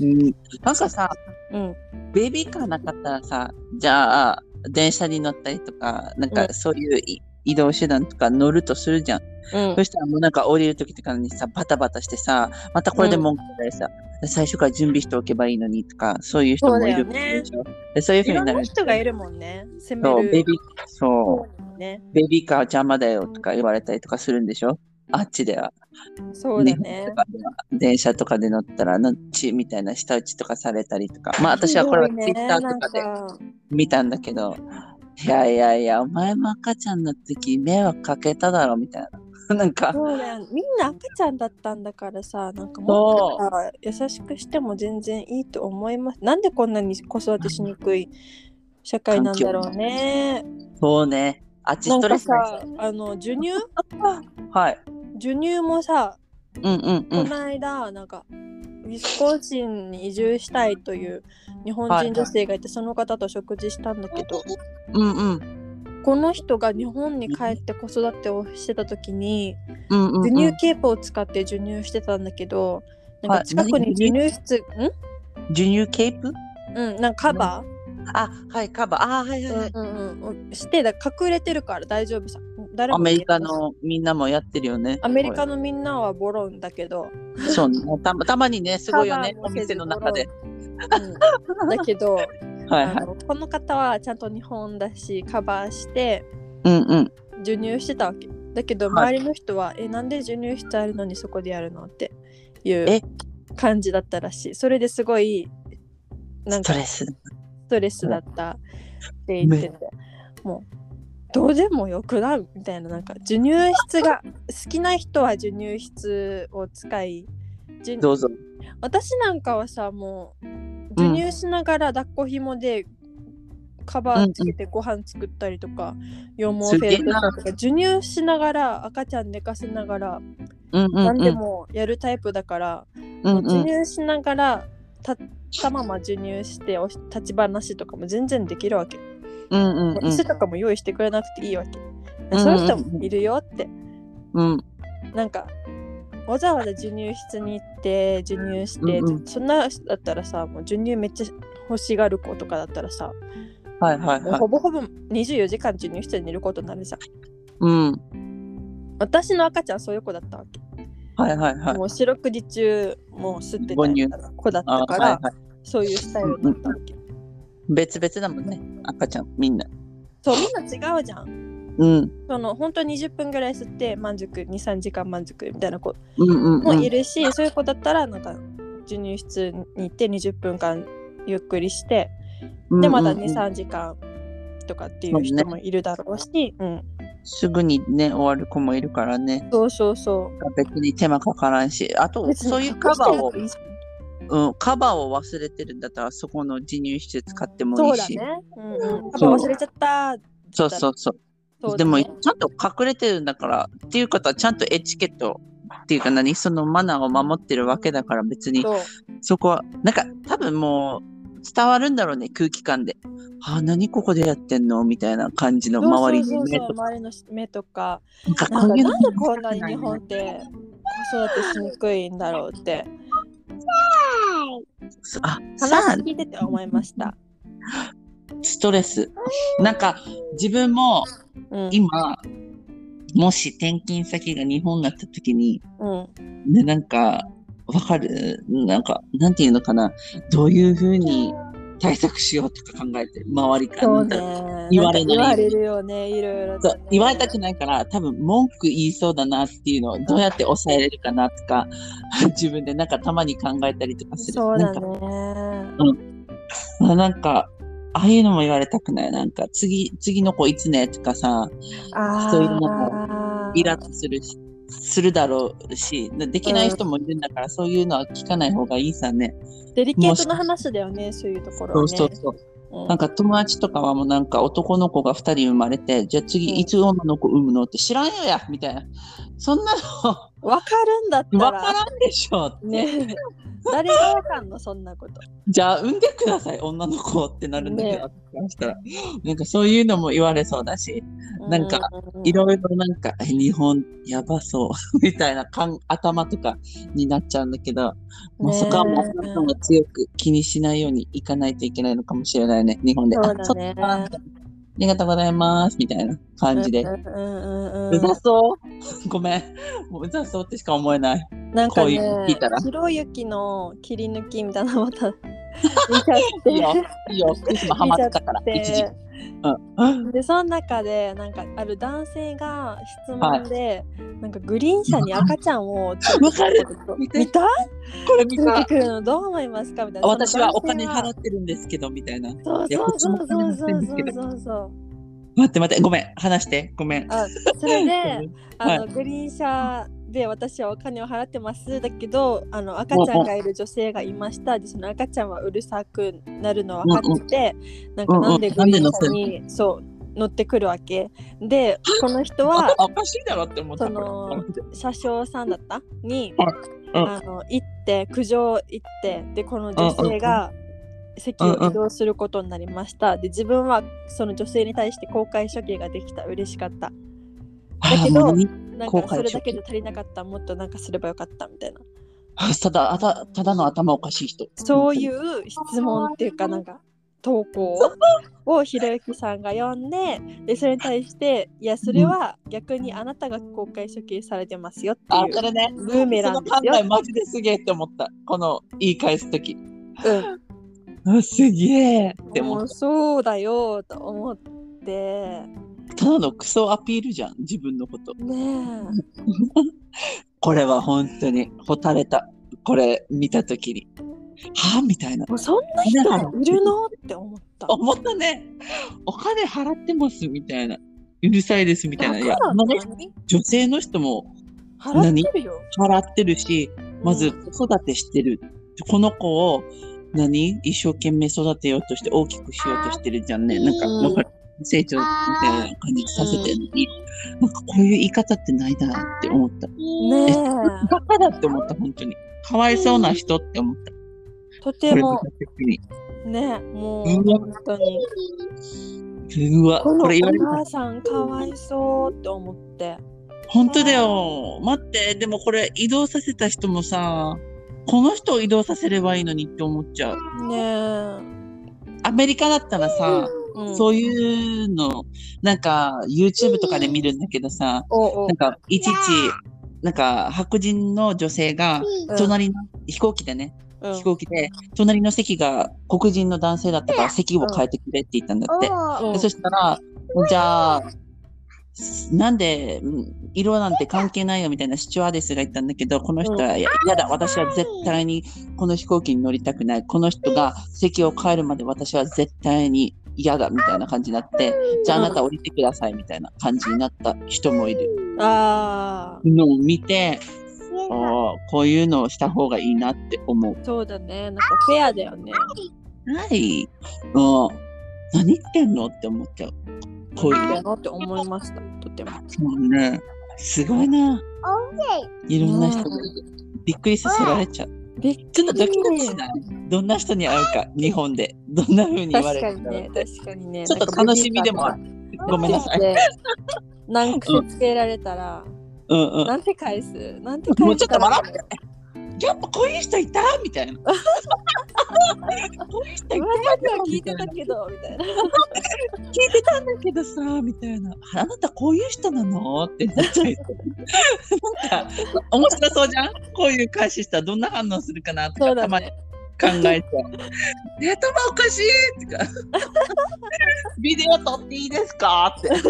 B: うん、なんかさ、
A: うん
B: ベビーカーなかったらさ、じゃあ、電車に乗ったりとか、な
A: う
B: んかそういうい移動手段とか乗るとするじゃん。
A: うん
B: そしたらもうなんか降りるときとかにさ、バタバタしてさ、またこれで文句言ったりさ、最初から準備しておけばいいのにとか、そういう人もいるでしょ。でそういうふう
A: い
B: に
A: ろん
B: な
A: な
B: る。
A: 人がいるもんね。攻
B: そう、
A: め
B: ベ
A: る
B: ビー、そう、
A: ね。
B: ベビーカー邪魔だよとか言われたりとかするんでしょあっちでは。
A: そうだね。
B: 電車とかで乗ったら、のっちみたいな舌打ちとかされたりとか。まあ私はこれは
A: ひ
B: ツ
A: ど
B: イ
A: いね
B: ッターとかで
A: なんか
B: 見たんだけど、いやいやいや、お前も赤ちゃんの時迷惑かけただろみたいな。 なんか、
A: そうだよねみんな赤ちゃんだったんだからさ、なんかもっとさ優しくしても全然いいと思います。なんでこんなに子育てしにくい社会なんだろうね。
B: そうね。あっち
A: な
B: ス
A: ん
B: トレ
A: か
B: スだ
A: さ、あの授乳
B: はい。
A: 授乳もさ、
B: うんうんう
A: こ
B: ん。
A: の間なんか。ウィスコンシンに移住したいという日本人女性がいて、その方と食事したんだけど、
B: うんうん。
A: この人が日本に帰って子育てをしてた時に
B: うんうん、うん。
A: 授乳ケープを使って授乳してたんだけど、なん
B: は
A: か
B: い
A: 近くに授
B: 何
A: 乳室ん
B: 授乳ケープ
A: うん、なんかカバ
B: あ、はい、カバー。あー、はいはいはい。
A: ー、うんうんうん、してだ隠れてるから大丈夫さ誰も
B: アメリカのみんなもやってるよね。
A: アメリカのみんなはボロンだけど
B: これそうねたたまにね、すごいよね、
A: カバ
B: お
A: ーもせず
B: 店の中で。
A: うんだけど
B: はい
A: あ
B: はい。
A: のこの方はちゃんと日本だしカバーして
B: うんうん。
A: 授乳してたわけだけど
B: は
A: 周りの人は「えなんで授乳室あるのにそこでやるの?」ってい
B: え
A: う感じだったらしいそれですごいなん
B: ス
A: か
B: トレス。
A: ストレスだったって言ってて、もうどうでもよくないみたいななんか授乳室が好きな人は授乳室を使い授
B: どうぞ。
A: 私なんかはさもう授乳しながら抱っこひもでカバーつけてご飯作ったりとか、羊毛
B: す
A: フェル
B: げえ
A: トと
B: な
A: か授乳しながら赤ちゃん寝かせながら
B: うんうんうん。
A: 何でもやるタイプだから、
B: うんうん
A: 授乳しながら立ったまま授乳しておし立ち話とかも全然できるわけ、
B: うんうん
A: 椅子とかも用意してくれなくていいわけ、
B: うん
A: そういう人もいるよって
B: うん。うん
A: なんかわざわざ授乳室に行って授乳して、
B: うんうん
A: そんなだったらさもう授乳めっちゃ欲しがる子とかだったらさ、
B: はいはいはい
A: ほ。ぼほぼ24時間授乳室にいることになるじゃん
B: うん。
A: 私の赤ちゃんそういう子だったわけ、
B: はいはいはい。
A: もう四六時中もう吸って
B: 母乳
A: た子だった
B: あ
A: か
B: はい
A: ら、
B: はい。
A: そういうスタイルだったわけ、
B: 別々だもんね、赤ちゃん、みんな。
A: そうみんな違うじゃん。
B: うん。
A: その本当に20分ぐらい吸って満足23時間満足みたいな子
B: うんうん、
A: も
B: う
A: い
B: ん。
A: るし、そういう子だったらなんか授乳室に行って20分間ゆっくりしてでまた
B: うんうんうん
A: 23時間とかっていう人もいるだろうし、うん、
B: すぐにね、終わる子もいるからね。
A: そうそうそ
B: 別に手間かからんし。あと、
A: う
B: そういうカバーを
A: 別、に隠して
B: うん、カバーを忘れてるんだったら、そこの授乳室使っても
A: なくていい
B: い
A: そうだ
B: いし。
A: ね、うんうん、カバ
B: そう
A: ー忘れちゃった
B: そうそうそう。
A: そう
B: で
A: だね
B: も、ちゃんと隠れてるんだから、っていうことは、ちゃんとエチケットっていうか何、そのマナーを守ってるわけだから、別に
A: そう
B: そこは、なんか多分もう伝わるんだろうね、空気感で。あ、何ここでやってんのみたいな感じの周り
A: そ
B: の
A: うそ
B: 目
A: うそう
B: とか。
A: 周りの目とか
B: なんか
A: なん
B: こ
A: か
B: ういう
A: な
B: の
A: んでこんなに日本って子育てしにくいんだろうって
B: あ、さ
A: 話
B: あ、
A: 聞いてて思いました。
B: ストレス。なんか自分も
A: うん、
B: 今、もし転勤先が日本だった時に、
A: うん、
B: ね、なんか、わかるなんか、なんていうのかなどういうふうに対策しようとか考えてる周 りから。
A: そうね
B: なんか。言われない
A: んか言われるよね、いろいろと
B: そ
A: ね、
B: う言われたくないから多分文句言いそうだなっていうのをどうやって抑えれるかなとか 自分でなんかたまに考えたりとかする
A: そうだ
B: なんか
A: ね。
B: あなんかああいうのも言われたくないなんか次次の子いつねとかさ
A: ああ。
B: そういうのもイラッとするしするだろうしできない人もいるんだから、そういうのは聞かない方がいいさね
A: デリケートな話だよね、そういうところ
B: そ
A: は
B: う
A: ね。
B: そうそう
A: うん
B: なんか友達とかはもうなんか男の子が2人生まれてじゃあ
A: うん
B: 次いつ女の子産むのって知らんよやみたいなそんなの
A: わかるんだったら。
B: わからんでしょって、
A: ね。誰がわかんの、そんなこと。
B: じゃあ産んでください女の子ってなるんだけど、そしたらなんかそういうのも言われそうだし、なんか
A: う
B: いろいろなんかえ日本やばそう みたいな感頭とかになっちゃうんだけど、もうそこはもう
A: ねえ
B: 頭が強く気にしないようにいかないといけないのかもしれないね日本で。
A: そうだね
B: あそっかありがとうございますみたいな感じで。
A: うんうんうんう
B: うん ざそうごめん。もううざそうってしか思えない。
A: なんかね
B: こういう聞いたら、
A: ひろゆきの切り抜きみたいなのまた 見ちゃって。
B: いいよ、いいよ、今ハマってたから、一時期。うん。
A: でその中でなんかある男性が質問で、なんかグリーン車に赤ちゃんをちょっと
B: わかる見て
A: 見た
B: これ見
A: 出て
B: た。
A: くるのどう思いますかみたいな
B: 私はお金
A: その
B: 払
A: 男
B: ってるんですけど、みたいな。待
A: 性はそうそうそうそう
B: いやこっちもお金払ってるんですけ
A: そうそうそう
B: って待って、ごめん、話して、ごめん。
A: あそれであの、
B: は
A: グリーン車で私はお金を払ってますだけどあの赤ちゃんがいる女性がいましたでその赤ちゃんはうるさくなるのは分かってて、なんかなんでグリーン車に、そう乗ってくるわけでこの人は
B: あおかしいだろって思った
A: その
B: これ
A: 車掌さんだったに、
B: はいうん
A: あの行って苦情行ってでこの女性が席を移動することになりましたで自分はその女性に対して公開処刑ができた嬉しかっただけど
B: あもう
A: なん
B: 公
A: か
B: 開
A: それだ
B: 処刑
A: けじゃ足りなかったもっとなんかすればよかったみたいな
B: あただあた、ただの頭おかしい人。。
A: そういうう質問っていうかなんか投稿をひろゆきさんが読んででそれに対していやそれは逆にあなたが公開処刑されてますよって
B: あ
A: い、う
B: それね、
A: ブーメラン
B: その
A: です
B: 考
A: よ
B: えマジですげえって思った。この言い返すとき。
A: うん
B: あすげえって
A: も
B: 思っ
A: うそうだよと思って
B: た。ただのクソアピールじゃん、自分のこと。
A: ね
B: これは本当に、ほたれた。これ見たときに。はあみたいな
A: え。もうそんな人いるのって思 った。
B: 思ったね。お金払ってますみたいな。うるさいですみたいな。いや、
A: だ
B: ま
A: から
B: あ女性の人も
A: 払ってるよ。
B: 払ってるし、ま
A: う
B: ず
A: ん
B: 子育てしてる。この子を何一生懸命育てようとして大きくしようとしてるじゃんね。なんか、
A: うん
B: わかる成長みたいな感じさせてるのに、なんかこういう言い方ってないだって思った。
A: ねえ、
B: バカだって思った、本当に。かわいそうな人って思っ
A: と
B: た。
A: ても
B: これ見た時に
A: ねえ、もう
B: うん
A: 本当に。
B: うわ、
A: この
B: こ
A: お
B: れ言われた
A: 母さんかわいそうって思って。
B: 本当だよ。待って、でもこれ移動させた人もさ、この人を移動させればいいのにって思っちゃう。
A: ねえ、
B: アメリカだったらさ、
A: うん、
B: そういうの、なんか YouTube とかで見るんだけどさ、
A: おうおう
B: なんかいちいち、なんか白人の女性が隣の、飛行機で
A: う
B: ね、
A: んうん
B: 飛行機で、隣の席が黒人の男性だったから席を変えてくれって言ったんだって。
A: うん
B: でそしたら、じゃあ、なんで、うん色なんて関係ないよみたいなシチュアーデスが言ったんだけど、この人は、いや嫌だ、私は絶対にこの飛行機に乗りたくない。この人が席を変えるまで私は絶対に嫌だみたいな感じになって、じゃああなた降りてくださいみたいな感じになった人もいる
A: あ
B: のを見て、ああこういうのをした方がいいなって思う。
A: あ、そうだね。なんかフェアだよね。
B: はい。うん何言ってんのって思っちゃう。こういう
A: だ。なって思いました。とても。
B: そうね。すごいな。いろんな人がいるびっくりさせられちゃう。
A: びっくり
B: ちょっとドキドキしない。どんな人に会うか、日本で。どんな風に言わ
A: 確
B: れ
A: か
B: る
A: に
B: だろう
A: ね、確かにね。
B: ちょっと楽しみでもある。ごめんなさい。
A: で。なんかつけられたら、
B: うんうん。
A: なんて返すなんて返す
B: もうちょっと笑って。やっぱこういう人いたみたいな。こういう人いた
A: 聞いてたけど、みたいな。
B: 聞いてたんだけどさ、みたいな。あなたこういう人なのってなっちゃう。なんか、面白そうじゃんこういう返ししたらどんな反応するかなとか、
A: そうだ
B: たまに
A: ね。
B: 考え ちゃう。え頭おかしいとか。 ビデオ撮っていいですかって。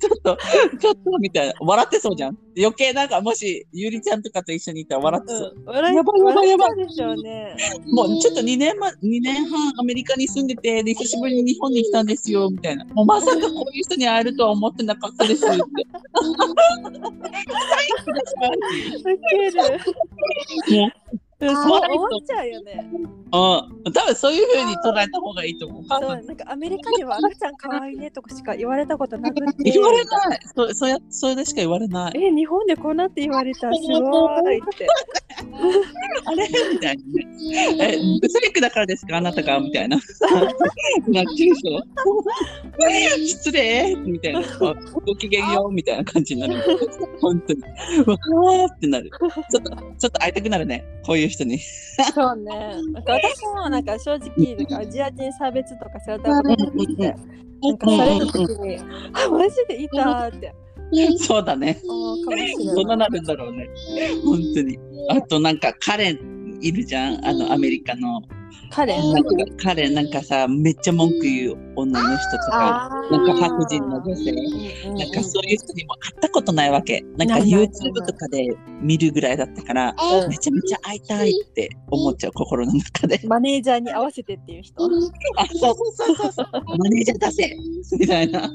B: ちょっと、ちょっとみたいな。笑ってそうじゃん。余計なんか、もし、ゆりちゃんとかと一緒にいたら笑ってそう。
A: うん、笑い
B: やばいやばいやばい
A: 笑っちゃうでしょうね。
B: もうちょっと2年,、ま、2年半アメリカに住んでて、で、久しぶりに日本に来たんですよ、みたいな。もうまさかこういう人に会えるとは思ってなかった ですって。
A: ウケる。
B: もう
A: うんそう思っちゃうよね。
B: うん、多分そういう風に捉えた方がいいと思う。
A: そうなんかアメリカでは赤ちゃん可愛いねとかしか言われたことなくて。
B: 言われない。そそうやそれでしか言われない。
A: え、日本でこうなって言われたらすごいって。
B: あれみたいなね。え、ブサイクだからですかあなたがみたいな。なっちゃうでしょ失礼みたいな。あごきげんようみたいな感じになる。本当に。うわーってなる。ちょっと、ちょっと会いたくなるね。こういう人に。
A: そうね。なんか私もなんか正直、なんかアジア人差別とかされたことなくて。なんかされた時に、あ、マジでいたって。
B: そうだね。
A: おーかもしれ
B: どう
A: い
B: なるんだろうね。本当に。あとなんかカレンいるじゃんあのアメリカの。
A: カレン
B: なんかカレンなんかさ、めっちゃ文句言う女の人とか、なんか白人の女性。なんかそういう人にも会ったことないわけ。なん
A: な
B: か
A: いない
B: YouTube とかで見るぐらいだったから、
A: うん
B: めちゃめちゃ会いたいって思っちゃう心の中で。
A: マネージャーに合わせてっていう人。うんうん
B: あ、そうそうそうそう。マネージャー出せみたいな。
A: うんう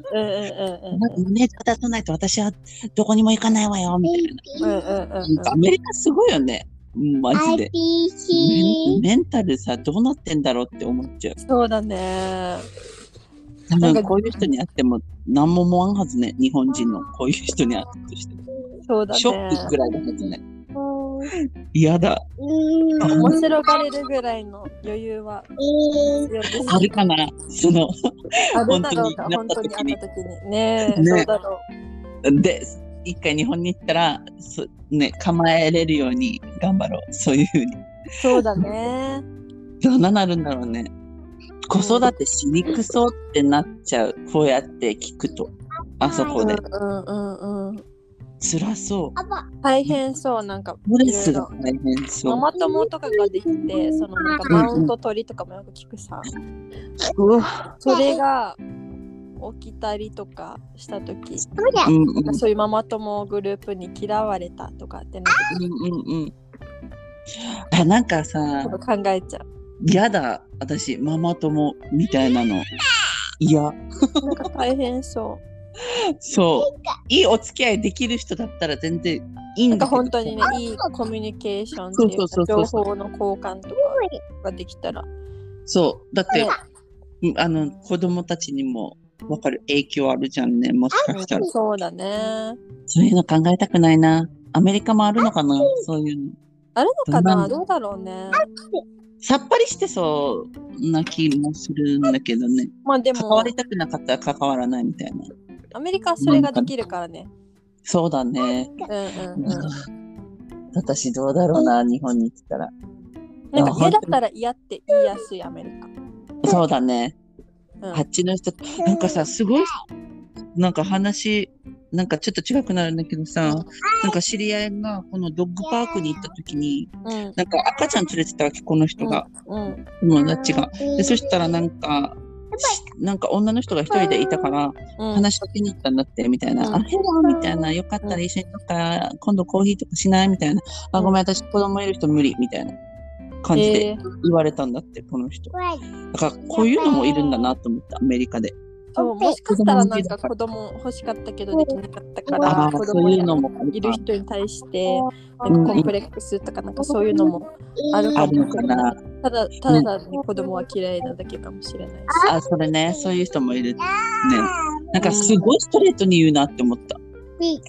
A: ん
B: マネージャー出さないと私はどこにも行かないわよ、みたいな。
A: うん。うんうんうんう
B: なんかアメリカすごいよね。うんマジで。メンメンタルさ、どうなってんだろうって思っちゃう。
A: ん。そうだね。
B: 多
A: なんか
B: 分こういう人に会っても何も思わんはずね。日本人のこういう人に会ったとしても。
A: そうだね。
B: ショックぐらいのはずね。嫌だ。
A: 面白がれるぐらいの余裕は必要です。
B: あるかなその、
A: あるだろうか、本
B: 本
A: 当
B: 当
A: に
B: に
A: あっ
B: あった
A: 時に。ねえ、
B: ね
A: そうだろ
B: で、一回日本に行ったら、そね、構えれるように頑張ろう。そういうふうに。
A: う。そうだね。
B: どうななるんだろうね。子育てしにくそうってなっちゃう。こうやって聞くと。あそこ
A: うん
B: で。
A: うんうんうん。
B: 辛そう。
A: 大変そう、なんか、
B: ドレス
A: いろ
B: が
A: いろ
B: 大変そ
A: マ
B: う。
A: マ友とかができて、そのなんか
B: うんうん
A: マウント取りとかもよく聞くさ。
B: うわ
A: それが起きたりとかした時
B: うんうん
A: なんかそういうママ友グループに嫌われたとかってなんか
B: うんうんうん。あ、なんかさ
A: ちょ、っと考えちゃう。
B: 嫌だ。私、ママ友みたいなの。いや、
A: なんか大変そう。
B: そう。いいお付き合いできる人だったら全然いい
A: なんんか
B: だけど。
A: 本当にね、いいコミュニケーションっていう
B: そ
A: か
B: うそうそ
A: 情
B: うそう
A: 報の交換とかができたら。
B: そう。だって、うんあの、子供たちにもわかる影響あるじゃんね。もしかしたら。
A: そうだね。
B: そういうの考えたくないな。アメリカもあるのかなそういうの。
A: あるのかな
B: ど
A: どうだろうね。
B: さっぱりしてそうな気もするんだけどね。
A: まあで
B: 関
A: も
B: わ、りたくなかったら関わらないみたいな。
A: アメリカはそれができるからね。
B: そうだね。
A: うんうんうん。
B: 私どうだろうな、日本に来たら。
A: なんか嫌だったら嫌って言いやすいアメリカ。
B: そうだね。
A: うん
B: あっちの人、なんかさ、すごい、なんか話、なんかちょっと違くなるんだけどさ、なんか知り合いがこのドッグパークに行った時に、
A: うん
B: なんか赤ちゃん連れてたわけ、この人が、
A: うん
B: 友達が。で、そしたらなんか、しなんか女の人が一人でいたから、
A: うん。
B: 話しかけに行ったんだって、みたい
A: うん
B: な。あ、ヘローみたいな。よかったら一緒にとか、今度コーヒーとかしないみたいな。あ、ごめん、私子供いる人無理、みたいな感じ
A: え
B: で
A: ー
B: 言われたんだって、この人。だからこういうのもいるんだなと思った、アメリカで。
A: そうもしかしたらなんか子供欲しかったけどできなかったか
B: あ
A: ら
B: あ、
A: 子
B: そう
A: 供
B: いう
A: が
B: のもあ
A: いる
B: るか
A: 人に対して
B: ん
A: なんかコンプレックスとかなんかそういうのもある
B: あ
A: か
B: るの
A: もし
B: か
A: れない
B: な。
A: ただただ単に子供は嫌いなだけかもしれないし
B: あ、それね、そういう人もいる。ね。なんかすごいストレートに言うなって思った。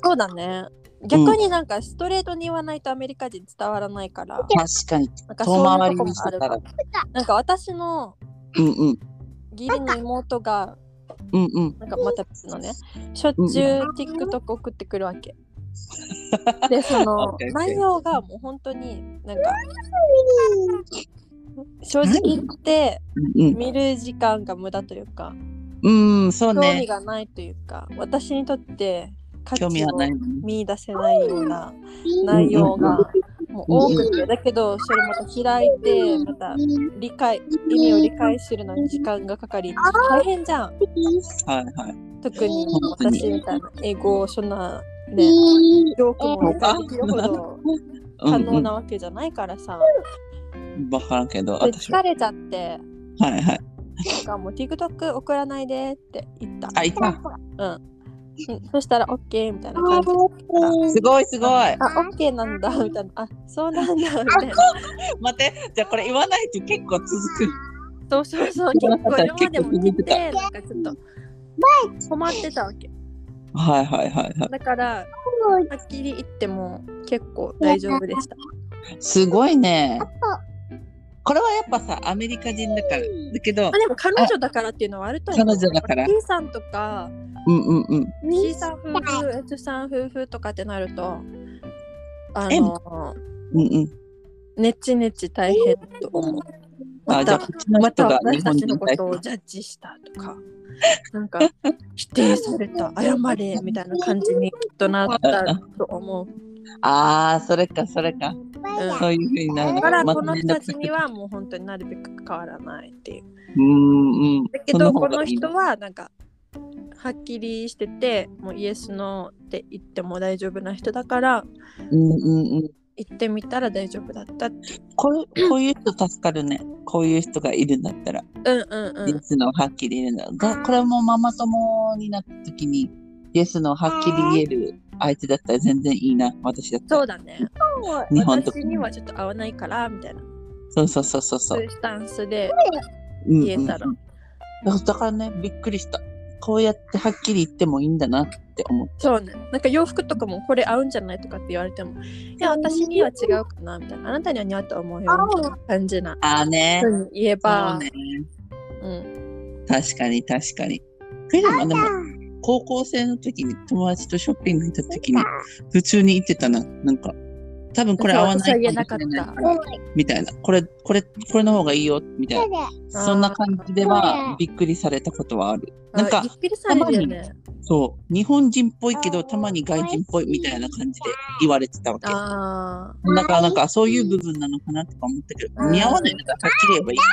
A: そうだね逆になんかストレートに言わないとアメリカ人伝わらないから
B: 確かに。
A: なんか
B: 遠
A: そうい
B: 回
A: う
B: り
A: とこ
B: に
A: も
B: し
A: あ
B: て
A: る
B: た
A: からら。なんか私の
B: うんうん。
A: 義理の妹が
B: うんうん。
A: なんかまた別のねしょっちゅう TikTok 送ってくるわ けでその
B: OK OK
A: 内容がもう本当になんか正直言って
B: うん
A: 見る時間が無駄というか
B: うん。うん、そう
A: 興味
B: ね。
A: がないというか私にとって価値
B: 興味は
A: を
B: ないのね。
A: 見出せないような内容がもう多くてだけどそれまた開いてまた理解意味を理解するのに時間がかかり大変じゃん
B: はいはい。
A: 特に
B: 本当に
A: 私みたいな英語をそんなねよくも理解できるほど
B: う
A: 可
B: ん
A: 能
B: う
A: なわけじゃないからさ、
B: ん。わからんけど、
A: で
B: 私は。
A: 疲れちゃって
B: はいはい。
A: なんかもう TikTok 送らないでって言った
B: あ、いた。
A: うんそしたら OK みたいな感じ
B: すごいすごい。
A: あ OK なんだみたいなあそうなんだみたいな
B: 待って、じゃあこれ言わないと結構続く。
A: そうそうそう結構今までも聞いてなんかちょっと困ってたわけ
B: はいはいはいは
A: だからはっきり言っても結構大丈夫でした
B: い。すごいね。これはやっぱさ、アメリカ人だから。だけど
A: あ、でも彼女だからっていうのはあると思う
B: 彼女だから
A: T さんとか
B: うんうんうん。
A: C さん夫婦 S さん夫婦とかってなるとあ
B: え
A: の
B: うんうん。
A: ネチネチ大変と思う
B: あ
A: ま
B: じゃ
A: た
B: あこっちの
A: ま
B: 人
A: た
B: が
A: 私
B: 日
A: た
B: 本
A: ち
B: 人
A: の
B: み
A: こ
B: たい
A: とをジャッジしたとか、なんか否定された、謝れみたいな感じにきっとなったと思う。
B: ああそれかそれか、
A: うん
B: そういうふうになる
A: だから
B: また
A: この人
B: 連絡
A: たちにはもう本当になるべく関わらないっていう。
B: うんうん
A: だけ
B: その
A: ど
B: 方
A: こ
B: が
A: の
B: いい
A: 人はなんかはっきりしててもうイエスノーって言っても大丈夫な人だから
B: うんうんうん
A: 行ってみたら大丈夫だったって
B: こうこういう人助かるねこういう人がいるんだったら
A: うんうんう
B: イエ
A: ん
B: スのはっきり言えるんだ。だこれもママ友になった時に、イエスのはっきり言える相手だったら全然いいな、私だった
A: そう
B: ら。
A: だね
B: 日本と
A: 私にはちょっと合わないからみたいな
B: そうそうそうそうそ
A: そう
B: う
A: い。うスタンスで
B: うん
A: 言えたら
B: うんうんだからね、びっくりした。こうやってはっきり言ってもいいんだなって思った。
A: そうねなんか洋服とかもこれ合うんじゃないとかって言われてもいや私には違うかなみたいなあなたには似合うと思うよみたいな感じな
B: ああね
A: ふ。うに言え
B: そう
A: ば
B: ね。
A: うん
B: 確かに確かに。フィルムでも高校生の時に友達とショッピング行った時に普通に行ってたな。なんか多分これ合わないかもしれないからみたいな。これこれこれの方がいいよみたいな。
A: あー
B: そんな感じで
C: う
B: は
C: ん
B: びっくりされたことはある。
A: あ
B: なんか
A: びっくりされるよね
B: そう。日本人っぽいけど、たまに外人っぽいみたいな感じで言われてたわけ。
A: ああ
B: だからなんかそういう部分なのかなとか思ったけど、
A: うん
B: 似合わないんだからはっきり言えばいいか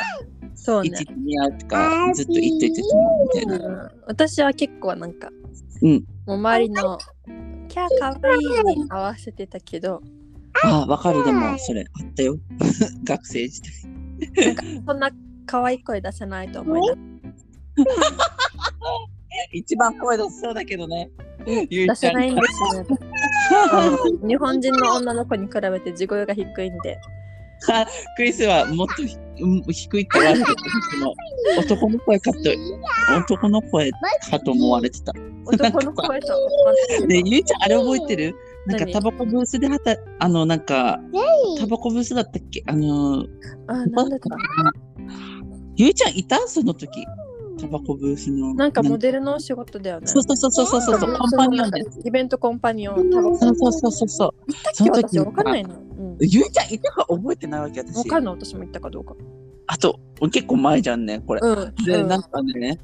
A: そう
B: ら。い
A: ね
B: ちいち似合うとか、ずっと言っといてしまうみたいな。
A: うん私は結構なんか、
B: うん
A: もう周りの「キャーかわいい」に合わせてたけど
B: ああ、わかるでも、それあったよ。 学生時代。
A: そんな可愛い声出せないと思いな
B: 一番声出しそうだけどね。ゆ
A: 出
B: いち
A: せ
B: ゃん
A: ないんですよ、 ね、あの日本人の女の子に比べて地声が低いんで
B: クリスはもっとひうん低いって言われてたけど、男の声かと、男の声かと思われてた。
A: 男の声と
B: ね、ゆいちゃん、あれ覚えてるなんか
A: 何
B: タバコブースではた、あの、なんか、タバコブースだったっけあのー、
A: あなんだった
B: ゆいちゃんいたその時。タバコブースの。
A: なんかモ
B: デ
A: デルのお仕事だよね
B: そうそうそうそうそうそう、コンパニオンだよ。
A: イベントコンパニオンタバコ
B: そうそうそうそうそう。その時
A: 私わかんないの、うん、
B: ゆいちゃんいたか覚えてないわけ、
A: わ
B: 私。
A: かんない私も言ったかどうか
B: あと、結構前じゃんね、これ。
A: うん
B: で、なんかね、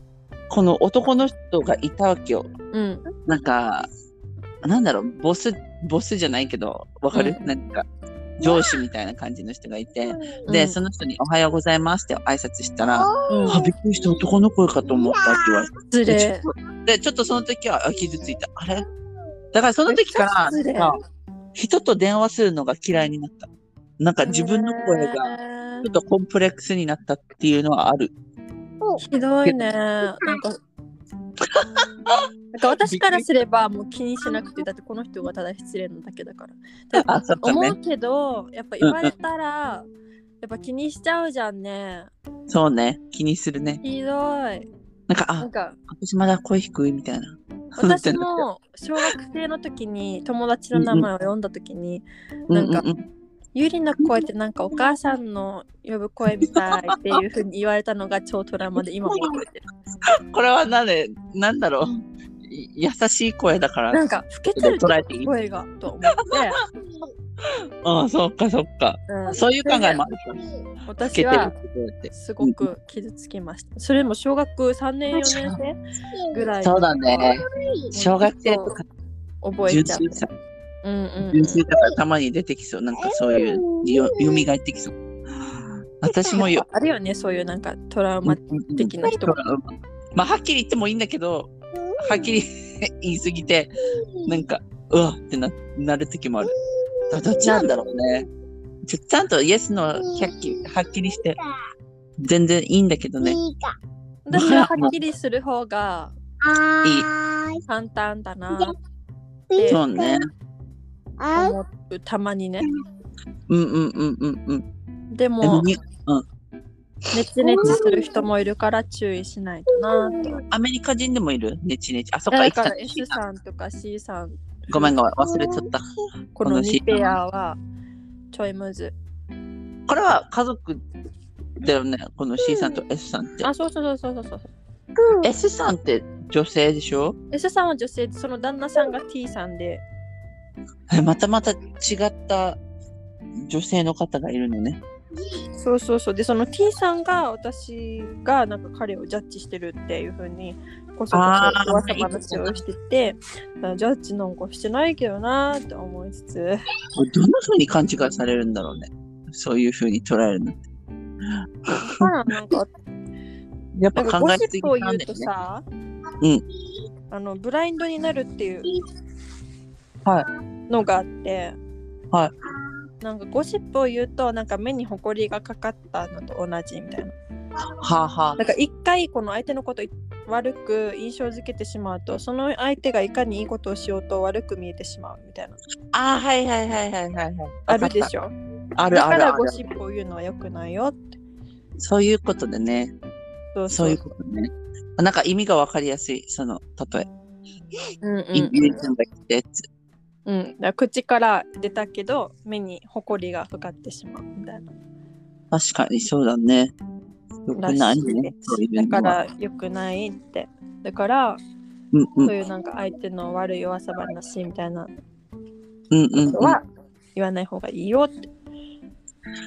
B: この男の人がいたわけよ。
A: うん
B: なんか、なんだろう、ボス、ボスじゃないけど、わかる、
A: う
B: なんか、上司みたいな感じの人がいて、
A: う
B: で、
A: ん
B: その人におはようございますって挨拶したら、
A: うん
B: あ、びっくりした男の声かと思ったって言われ
A: 失
B: て。で
A: 礼
B: ちょっとで、ちょっとその時はあ傷ついた。あれだからその時から、
A: めっちゃ失礼
B: なんか人と電話するのが嫌いになった。なんか自分の声が、
A: が
B: ちょっとコンプレックスになったっていうのはある。
A: ひどいね。なんか。なんか私からすれ ばもう気にしなくてだってこの人がただ失礼なだけだから
B: あ、そっか
A: 思
B: ね
A: う。けどやっぱ言われたらやっぱ気にしちゃうじゃんね
B: そうね。気にするね。
A: ひどい
B: なんか、
A: な
B: あ
A: ん、か
B: 私まだ声低いみたいな。
A: 私も小学生の時に友達の名前を呼んだ時になんか
B: うう
A: ゆりの声ってなんかお母さんの呼ぶ声みたいっていうふうに言われたのが超トラウマで今も覚え てる
B: うんこれは何で、なんだろう。い優しい声だから。
A: なんか老けてる
B: 捉えていい
A: 声がと思って
B: ああ、そっかそっか。
A: うん
B: そういう考えもあるか
A: 私
B: つけてる
A: は
B: ってこうやって。
A: すごく傷つきました。それも小学3年4年生ぐらい
B: そうだね。小学生とか
A: 覚え
B: 純
A: ちゃう
B: 粋。さ、
A: うんうんうん
B: 純粋だからたまに出てきそう。なんかそういう、よ蘇ってきそう。私もよ。
A: あるよね、そういうなんかトラウマ的な人
B: うんうんうんまあ、はっきり言ってもいいんだけど、はっきり言いすぎて、なんか、うわってななる時もある。だどっちなんだろうね。ちょちゃんとイエスの100きはっきりして、全然いいんだけどね。
A: 私ははっきりする方が簡単だなって
B: そうね。
A: 思う、たまにね。
B: うんうんうんうんうん。
A: で
B: でも
A: も、
B: に
A: ネチネチする人もいるから注意しないとなって。
B: アメリカ人でもいるねちねち。あ、そっか、
A: だ
B: いつ
A: か
B: から
A: S さんとか C さん、
B: ごめんごめん、忘れちゃった。
A: この2ペアはちょいむず。
B: これは家族だよね。この C さんと S さんって。
A: あ、そうそうそうそうそうそう。
B: S さんって女性でしょ
A: S さんは女性でその旦那さんが T さんで
B: えまたまた違った女性の方がいるのね。
A: そうそうそうでその T さんが私がなんか彼をジャッジしてるっていう風にこそこ
B: あ
A: そ
B: ー
A: 噂話をしててあジャッジなんかしてないけどなーって思いつつ
B: どんな風に勘違いされるんだろうね。そういう風に捉えるのって。
A: ただなんか
B: やっ
A: な
B: ぱ
A: んか
B: 考
A: ゴ
B: え
A: シ
B: すぎ
A: ップを言
B: たん
A: う
B: だよ
A: と
B: ね。
A: さ、
B: うん
A: あのブラインドになるっていう
B: は
A: のがあって、
B: は
A: なんかゴシップを言うとなんか目にほこりがかかったのと同じみたいな。
B: はあ、は
A: なんか一回この相手のこと悪く印象づけてしまうとその相手がいかにいいことをしようと悪く見えてしまうみたいな
B: あ、あーはいはいはいはいはいはい。
A: あるでしょ
B: ある
A: だ
B: あ
A: か
B: る
A: ら
B: ある
A: ゴ。シップを言うのは良くないよって
B: そういうことでね。
A: そう
B: そういうことね。なんか意味がわかりやすい、その例え。
A: うんうん
B: イメージが来てって。
A: うん、だから口から出たけど目にほこりがかかってしまうみたいな
B: 確かにそうだね。よくない
A: ら
B: ね
A: し。
B: そういう
A: だ
B: の
A: か
B: は
A: ら良くないってだから
B: うんう
A: そ
B: ん
A: ういうなんか相手の悪い弱さ話みたいな
B: うんうん
A: のは言わない方がいいよって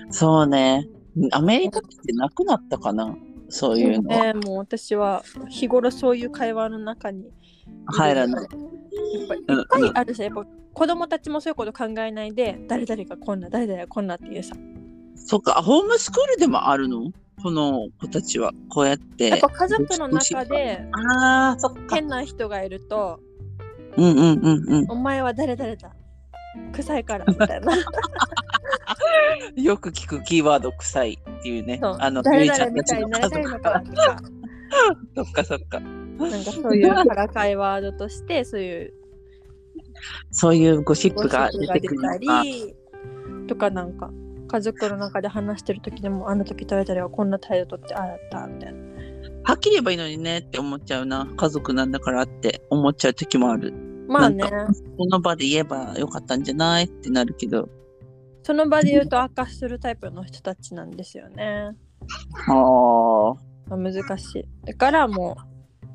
B: うん。そうね。アメリカってなくなったかな。そういうのは
A: ねもう私は日頃そういう会話の中に
B: 入らない。
A: やっぱ
B: うん
A: りあるさやっぱ子供たちもそういうこと考えないで誰々がこんな誰々がこんなっていうさ
B: そっか、あホームスクールでもあるのこの子たちは。こうやって。
A: やっぱ家族の中で
B: ああ、そっか。
A: 変な人がいると
B: うんうんうん
A: 「お前は誰々だ臭いから」みたいな
B: うん。よく聞くキーワード、臭いっていうね。
A: そう
B: あの、
A: 誰
B: ゆいちゃ
A: 々
B: ん
A: み
B: たち
A: たいにな
B: の家
A: りたいの
B: 族
A: か
B: か
A: な。とか
B: そっかそっか。
A: なんかそういうからかいワードとしてそういう
B: そういうゴシッ
A: ゴ
B: プ
A: シ
B: が
A: ップ
B: 出
A: が
B: て
A: 出
B: くる
A: た
B: のか。
A: りとかなんか家族の中で話してる時でもあの時誰々はこんな態度取ってああだったみたいな
B: はっきり言えばいいのにねって思っちゃうな。家族なんだからって思っちゃう時もある。
A: まあね
B: なんかこの場で言えばよかったんじゃないってなるけど。
A: その場で言うと悪化するタイプの人たちなんですよね
B: ああ。
A: まあ難しいだからも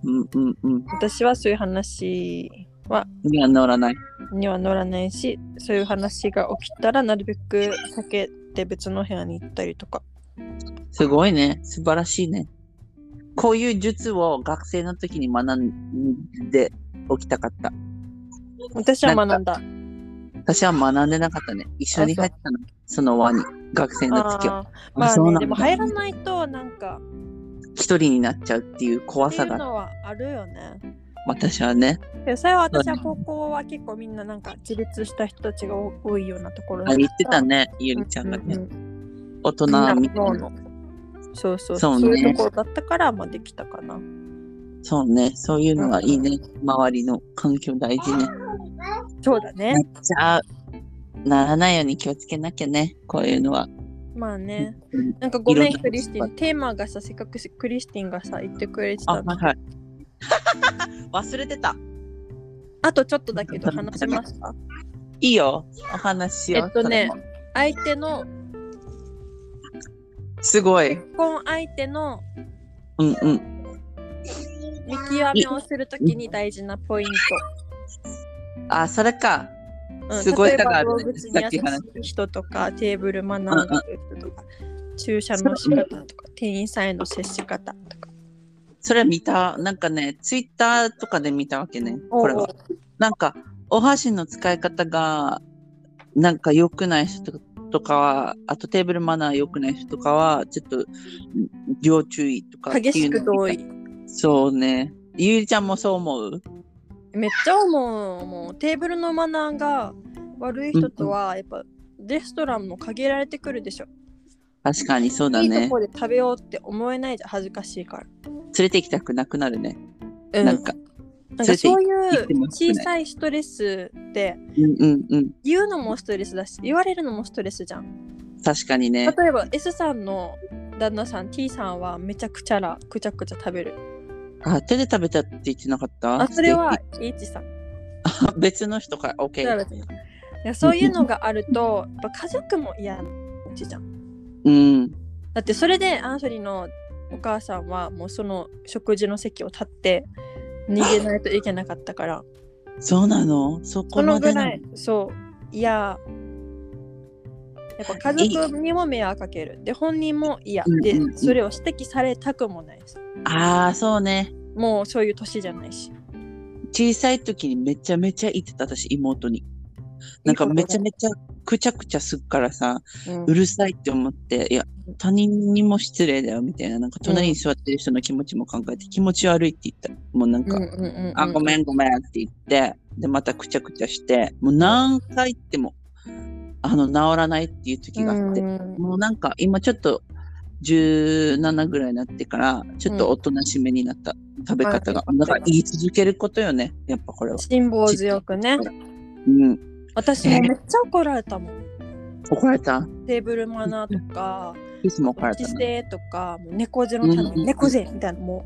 B: うんうんうん
A: う。私はそういう話はい
B: や、乗らない。
A: には乗らないしそういう話が起きたらなるべく避けて別の部屋に行ったりとか
B: すごいね。素晴らしいね。こういう術を学生の時に学んでおきたかった。
A: 私は学んだ
B: 私は学んでなかったね。一緒に入ったの。その輪に。学生の時は。
A: あーまあ
B: そう
A: ね
B: なんだ
A: でも入らないとなんか
B: 一人になっちゃうっていう怖
A: ってい
B: さ
A: う
B: が、
A: のはあるよね
B: 私はね、
A: でそれは私は高校は結構みんななんか自立した人たちが多多いようなところ
B: あ言ってた
A: ね
B: ね、ゆりちゃんがね。大人みたいな。
A: そうそう
B: そ
A: そうう
B: ね
A: そういうところだったからまあできたかな
B: そうね、そういうのがいいね。周りの環境大事ね。
A: そうだ
B: な
A: ね
B: っちゃう。ならないように気をつけなきゃね、こういうのは。
A: まあね
B: うん
A: なんかごめ
B: いろ
A: ん
B: んな
A: クリスティンテーマがさせっかくクリスティンがさ言ってくれて
B: あ、
A: た
B: はい
A: の
B: はい。 忘れてた。
A: あとちょっとだけど話しました
B: いいよ、お話ししよう。
A: えっとね
B: それも
A: 相手の
B: すごい。
A: 結婚相手の
B: うんうん。
A: 見極めをするときに大事なポイン
B: あ、それか。
A: ト、うん、
B: すごい
A: 例え
B: 差が
A: ば
B: ある
A: 動
B: ね
A: 物に
B: さっき話し
A: 優しい人とかテーブルマナーがある人とか注射の仕方とか店員さんへの接し方とか
B: それ見た、なんかね、ツイッターとかで見たわけね、これ
A: おう
B: は。なんか、お箸の使い方が、なんか良くない人とかは、あとテーブルマナー良くない人とかは、ちょっと、ん要注意とかって
A: 激
B: い
A: し
B: うの
A: く同意
B: そうね。ゆりちゃんもそう思う
A: めっちゃ思うもうテーブルのマナーが悪い人とはやっぱレストランも限られてくるでしょ、
B: 確かにそうだ
A: いいと
B: ね。
A: こで食べようって思えないじゃん恥ずかしいか
B: 連れて行きたくなくなるね。
A: ら、うん、な
B: なんん
A: か
B: か、
A: そういう
B: 連れて行って
A: 小
B: ますね
A: さいストレスって
B: うんうんうん。
A: 言うのもストレスだし言われるのもストレスじゃん
B: 確かにね。
A: 例えば S さんの旦那さん T さんはめちゃくちゃらくちゃくちゃ食べる
B: あ、手で食べたって言ってなかった
A: あそれは H さん
B: ステーキ別の人か。
A: それは
B: OK。
A: 別にいやそういうのがあるとやっぱ家族も嫌なうちじゃん
B: うん。
A: だってそれでアンソニーのお母さんはもうその食事の席を立 って逃げないといけなかったから
B: そうなのそ
A: そ
B: こ
A: の
B: ま
A: ぐ
B: でな
A: ら
B: の
A: いそういややっぱ家族にも迷惑かけるで本人も嫌
B: うん
A: で
B: うんうん
A: それを指摘されたくもないです
B: ああ、そうね。
A: もうそういう年じゃないし
B: 小さい時にめちゃめちゃ言ってた、私、妹に。なんかめちゃめちゃくちゃくちゃするからさ、
A: うん
B: うるさいって思って、いや、他人にも失礼だよ、みたいな。なんか隣に座ってる人の気持ちも考えて、気持ち悪いって言った。もうなんか、
A: うんうんうんうん
B: あ、ごめんごめんって言って、で、またくちゃくちゃして、もう何回言っても、あの、治らないっていう時があって、
A: うん
B: もうなんか今ちょっと17ぐらいになってから、ちょっとおとなしめになった、食べ方が。
A: あ
B: だから言い続けることよね、やっぱこれは。
A: 辛抱強くね
B: うん。
A: 私もめっちゃ怒られたもん
B: 怒られた
A: テーブルマナーとか
B: いつも怒られた
A: 姿
B: な。
A: 勢とかもう猫背のため
B: うんうんう
A: に
B: ん
A: 猫背みたいなも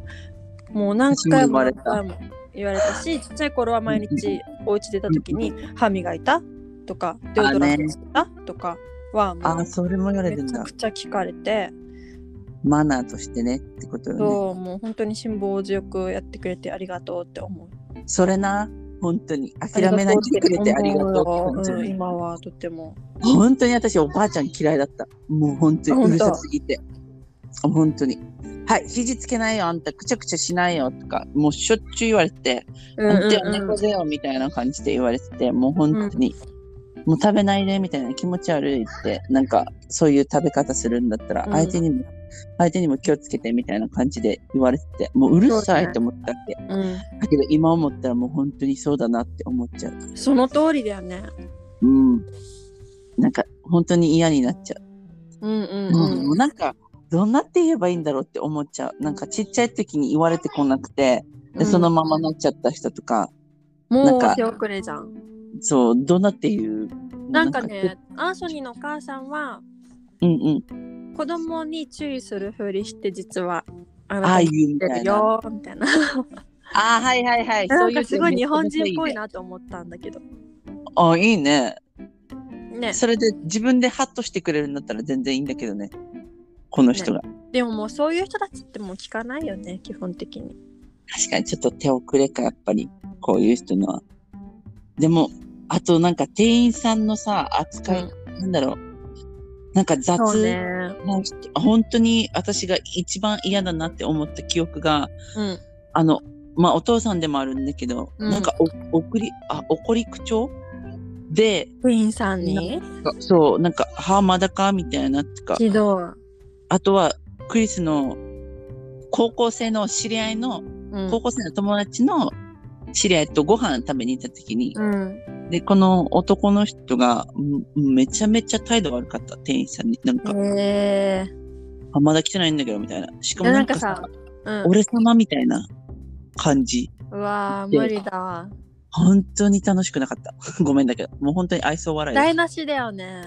A: うもう何回も
B: 私
A: 何
B: も言われた
A: 回も言われたしちっちゃい頃は毎日お家出た時に歯磨いたとかデオドラントしてたとかはも
B: あ
A: う
B: あ、それも言われ
A: め
B: るん
A: ちゃ
B: だ。
A: くちゃ聞かれて
B: マナーとしてねってことよ
A: そうもう本当に辛抱強くやってくれてありがとうって思う
B: ね。それな、本当に。諦めないでくれてありがとうって感じよ
A: ん
B: ね。
A: 今はとても
B: 本当に私、おばあちゃん嫌いだった。もう本当
A: あ
B: にう
A: 本
B: る
A: 当
B: さすぎて。あ本当に。はい、肘つけないよ、あんた、くちゃくちゃしないよとか、もうしょっちゅう言われて、
A: うん
B: 本当
A: う
B: に
A: ん
B: 猫背よみたいな感じで言われてて、もう本当に、もう食べないでみたいな気持ち悪いって、なんかそういう食べ方するんだったら
A: う、ん
B: 相手にも、相手にも気をつけてみたいな感じで言われてて、もううるさいって思ったっけ。
A: うん
B: だけど今思ったらもう本当にそうだなって思っちゃう。
A: うんその通りだよね
B: うん。なんか本当に嫌になっちゃ
A: うんうん
B: う。うん。も
A: う
B: うんなんか、どんなって言えばいいんだろうって思っちゃう。なんかちっちゃい時に言われてこなくて、でそのままなっちゃった人とか、
A: も
B: なん
A: う
B: か
A: 手遅れじゃん
B: そう、どんなっていう。
A: なんかね、アーソニーのお母さんは
B: うんうん。
A: 子供に注意するふりして実はあ
B: ああい
A: っ
B: うみ
A: て
B: たい
A: る
B: な。
A: よみたいな。
B: ああ、はいはいはい。
A: なんかすごい日本人っぽい
B: な。
A: なと思ったんだけど。
B: あいいね。
A: ね、
B: それで自分でハッとしてくれるんだったら全然いいんだけどね。この人が。
A: でももうそういう人たちってもう聞かないよね、基本的に。
B: 確かにちょっと手遅れか、やっぱり。こういう人のは。でも、あとなんか店員さんのさ、扱い、なんだろう。なんか雑
A: そうね。
B: な人、本当に私が一番嫌だなって思った記憶が、
A: うん。
B: あの、まあ、お父さんでもあるんだけど、
A: うん
B: なんかお、送り、あ、怒り口調で、
A: 店員さんに
B: そう、なんか、はあ、まだかみたいな、とか、
A: ひどい。
B: あとは、クリスの、高校生の知り合いの、
A: うん
B: 高校生の友達の知り合いとご飯食べに行った時に
A: う、ん。
B: で、この男の人が、うんめちゃめちゃ態度悪かった、店員さんに。なんか、
A: え
B: あ、まだ来てないんだけど、みたいな。しか
A: い
B: も
A: や
B: なんかさ、
A: なんかー。うん。
B: 俺様みたいな感じ。
A: うわ
B: で
A: ー、無理だわ。
B: 本当に楽しくなかった。 ごめんだけど、もう本当に愛想笑いだ。
A: 台無しだよね。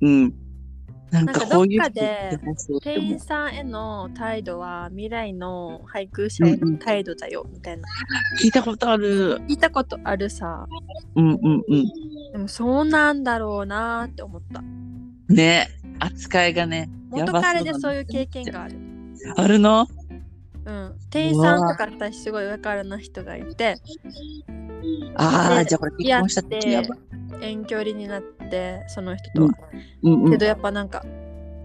B: うん。なんかこういう人
A: なんかどっかで
B: って本当そうって
A: 店
B: 思う
A: 員さんへの態度は未来の配偶者への態度だよ、みたいな。
B: 聞いたことある。
A: 聞いたことあるさ。
B: うんうんうん。
A: でもそうなんだろうなーって思った。
B: ね扱いがね。
A: 元
B: やば
A: 彼でそういう
B: なんだ
A: 経験がある。
B: あるの
A: うん。店員さんとか私すごい上からな人がいて、
B: ああ、
A: で
B: じゃあこれ結婚した時や
A: やっ
B: ばい。
A: て遠距離になって、その人とは。
B: うんう
A: け
B: ん
A: ど。やっぱなんか、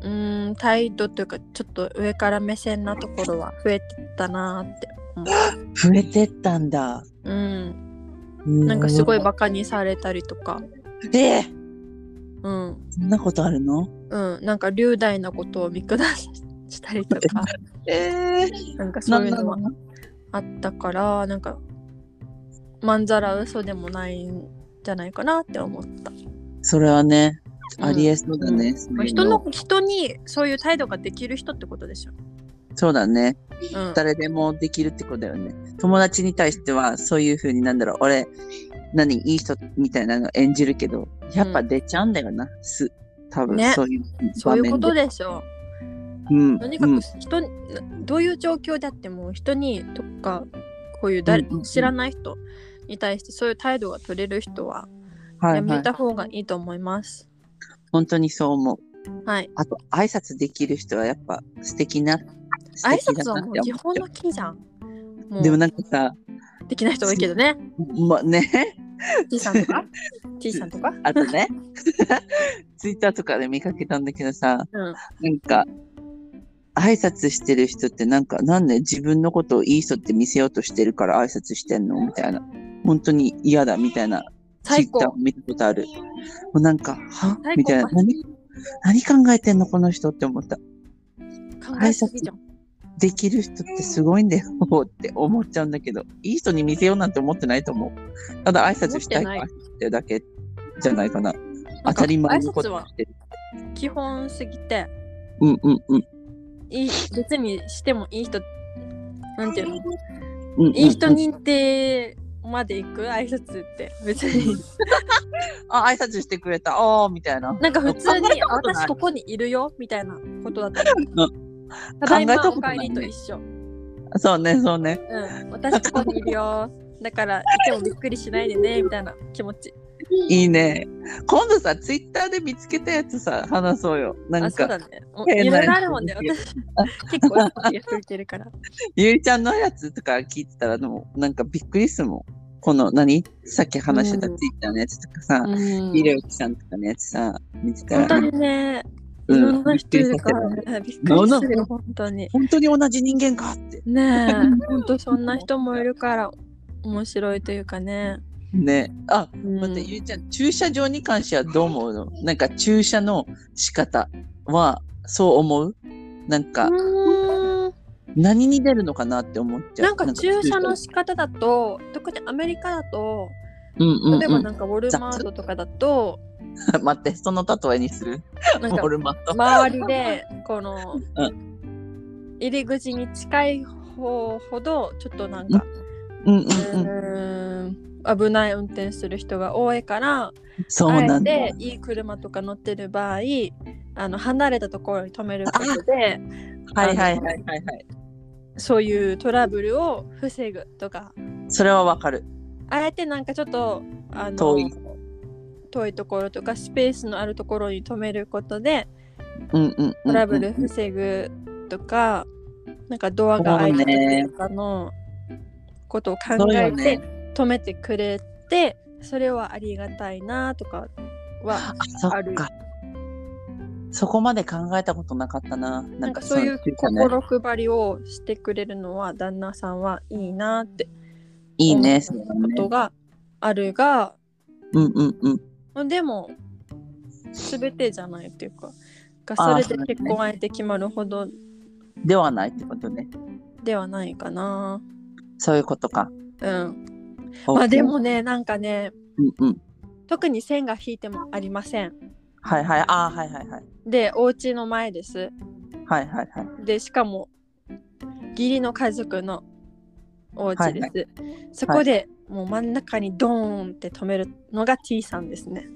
A: うーん、態度というか、ちょっと上から目線なところは増えてったなーって思
B: 増えてったんだ。
A: う。うん。
B: な
A: なんかすごいバカにされたりとか、
B: で、
A: うん。
B: そんなことあるの
A: うん。なんか、流大なことを見下したりと か、
B: ええ
A: なんかそ
B: な
A: うんいう
B: な
A: のは
B: の
A: あったからなんかまんざら嘘でもないんじゃないかなって思った、
B: それはね、
A: うん
B: ありえそうだね。そういう
A: 人の人にそういう態度ができる人ってことでしょ、
B: そうだね。
A: うん、
B: 誰でもできるってことだよね。友達に対しては、そういうふうになんだろう、俺、何、いい人みたいなの演じるけど、やっぱ出ちゃうんだよな、す、多分、
A: ね
B: そういう
A: そ
B: 場
A: ういうこ
B: 面で。
A: とでしょ
B: うん
A: とにか
B: う
A: く
B: ん
A: 人に、どういう状況であっても人にとかこういう誰、
B: うんうんうん
A: 知らない人に対してそういう態度が取れる人は
B: は
A: や
B: いは
A: め
B: い。
A: た方がいいと思います、
B: 本当にそう思う。
A: はい
B: あと、挨拶できる人はやっぱ素敵な。
A: 挨
B: 素敵
A: 拶
B: だ
A: は
B: なっ
A: も
B: て
A: う基
B: 思っ
A: 本
B: ちゃ
A: のキーじゃん
B: う
A: もう
B: でもなんかさ、
A: できない人多いけどね
B: ま、ね、
A: キーさんとか T さんとか、
B: あとね、 ツイッターとかで見かけたんだけどさ、
A: うん、
B: なんか、挨拶してる人ってなんか、なんで自分のことをいい人って見せようとしてるから挨拶してんのみたいな。本当に嫌だ、みたいな。ツ
A: 最
B: イッター
A: 高
B: を見たことある。もうなんか、は
A: 最高
B: みたいな。何何考えてんのこの人って思った。
A: 考えすぎじゃん
B: できる人ってすごいんだよって思っちゃうんだけど、いい人に見せようなんて思ってないと思う。ただ挨拶したいから
A: 思
B: 挨
A: っ
B: 拶してるだけじゃないかな。
A: な
B: 当
A: んか
B: たり前のこと
A: 挨拶は
B: してる。
A: 基本すぎて
B: うんうんうん。
A: いい別にしてもいい人なんていうの
B: うんうんうん
A: いい人認定まで行く挨拶って別に
B: あ、挨拶してくれた。ああ、みたいな。
A: なんか普通
B: 考え
A: に
B: た
A: あ
B: ことない
A: 私ここにいるよみたいなことだったり
B: う
A: ただいま
B: 考えた
A: お
B: ことない
A: 帰
B: ね
A: りと一緒、
B: そうね、そうね。
A: うん、私ここにいるよだからいつもびっくりしないでねみたいな気持ち
B: いいね。今度さ、ツイッターで見つけたやつさ、話そうよ。なん
A: あそう
B: か、
A: だねお
B: 変なや
A: いろ
B: つ
A: いろあるもんね私結構やっていてるから
B: ゆいちゃんのやつとか聞いてたら、もうなんかびっくりするもん。この、何さっき話してた
A: うん
B: ツイッターのやつとかさ、
A: うん
B: ひろゆきさんとかのやつさ、見てた
A: 本
B: ら。
A: 当にねい
B: うん
A: ろんな人いるから
B: び
A: ねびっくりするよ本当に
B: 本当に同じ人間かって。
A: ねえ 本当そんな人もいるから面白いというかね、
B: ね。あ、
A: うん
B: 待って、ゆいちゃん、駐車場に関してはどう思うのなんか駐車の仕方は、そう思うなんか、
A: うーん
B: 何に出るのかなって思っちゃう。
A: なんか駐車の仕方だと特にアメリカだと
B: うんうん
A: 例えば
B: うん
A: なんかウォルマートとかだ と、
B: 待って、その例えにする。
A: なん
B: ボ
A: か
B: ルマット。
A: 周りでこの
B: う
A: 入り口に近い方ほどちょっとなんか、
B: うんうん
A: うーん危ない運転する人が多いから
B: そう
A: あ
B: な
A: え
B: んだ。
A: ていい車とか乗ってる場合あの離れたところに止めることで
B: はいはいはいはいはい。
A: そういうトラブルを防ぐとか
B: それはわかる。
A: あえてなんかちょっとあの
B: 遠い
A: 遠いところとかスペースのあるところに止めることで
B: うんうんうん。
A: トラブル防ぐとか、なんかドアが開いてるとかのことを考
B: そう
A: え
B: よ
A: て
B: ね
A: 止めてくれてそれはありがたいなとかは
B: あ、そ
A: あ
B: っ
A: る
B: か。そこまで考えたことなかった
A: な
B: な。なんん
A: か
B: か
A: そういう
B: の中ね
A: 心配りをしてくれるのは旦那さんはいいなって
B: いいね。そ
A: 思
B: う
A: う
B: だ
A: こ
B: ね
A: とがあるが、
B: うんうんうん。
A: でも全てじゃないっていうかがそ
B: あー
A: れで結婚相手決まるほど
B: ではないってことね。
A: ではないかな。
B: そういうことか。
A: うん、まあ
B: OK
A: で。もねなんかね
B: うんうん。
A: 特に線が引いてもありません。
B: はいはい。ああ、はいはいはい。
A: でお家の前です。
B: はいはいはい。
A: でしかも義理の家族のお家です。そこで、もう真ん中にドーンって止めるのが T さん ですね。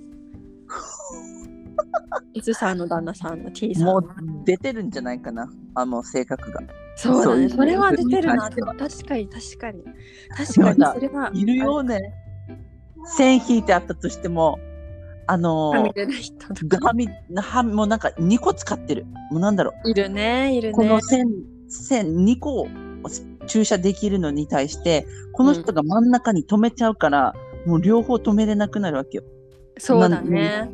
A: いつさんの旦那さんの T さん。
B: もう出てるんじゃないかな。あの性格が。
A: そうだね。
B: そういう
A: それは出てるな。
B: 部
A: でも
B: 分
A: 確かに確か に。確
B: で
A: か
B: も
A: に
B: さ
A: それは。
B: いるよね。線引いてあったとしても、あ
A: あ。
B: の
A: は
B: ー
A: み出ない人とか。
B: はみ、はもうなんか2個使ってる。もうなんだろう。
A: いるね、いる
B: こ
A: ね
B: の。線、線2個を注射できるのに対して、この人が真ん中に止めちゃうから、もう両方止めれなくなるわけよ。
A: そうだね。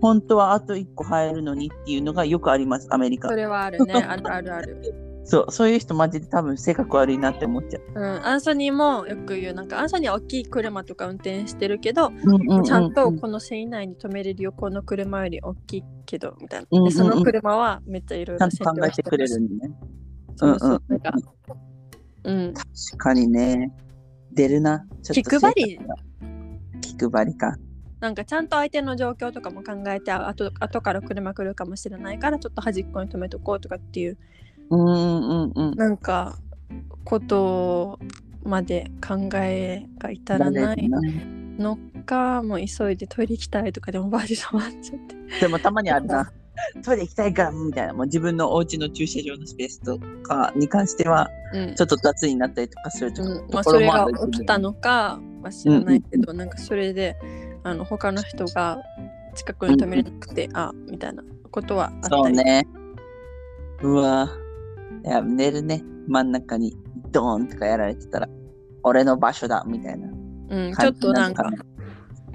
B: 本当はあと1個入るのにっていうのがよくあります、アメリカ
A: そ。れはあるね。あるあるある。
B: そう、そういう人マジで多分性格悪いなって思っちゃう。
A: うん。アンソニーもよく言う、なんかアンソニーは大きい車とか運転してるけど、
B: うん
A: ちゃんとこの線以内に止めれるよ、この車より大きいけど、みたい
B: う
A: な。
B: んうんう
A: で、
B: ん
A: その車はめっちゃいろい
B: ちゃ
A: ろ
B: んと考えてくれるんね。
A: そうそう
B: う
A: そ
B: ん
A: う
B: う。ん
A: なんか、うん。
B: 確かにね。出るな。ちょっと
A: 気配り
B: 性格が。気配りか。
A: なんかちゃんと相手の状況とかも考えてあと後から車来るかもしれないからちょっと端っこに止めとこうとかっていう
B: うんうんうん。
A: なんかことまで考えが至らない
B: 慣れて
A: のかもう急いでトイレ行きたいとかでもバージ止まっちゃって
B: でもたまにあるな。 トイレ行きたいからみたいな。もう自分のお家の駐車場のスペースとかに関しては、
A: うん
B: ちょっと雑になったりとかすると
A: うんま
B: と
A: あ、
B: こ
A: そ
B: ろ
A: れ
B: もあ
A: が
B: る
A: 起きたのかは知らないけど、なんかそれであの他の人が近くに止めれなくて、あみたいなことはあっ
B: そ
A: た
B: う
A: り、
B: ね。うわいや、寝るね。真ん中にドーンとかやられてたら、俺の場所だみたいな。
A: うん、ちょっとなんか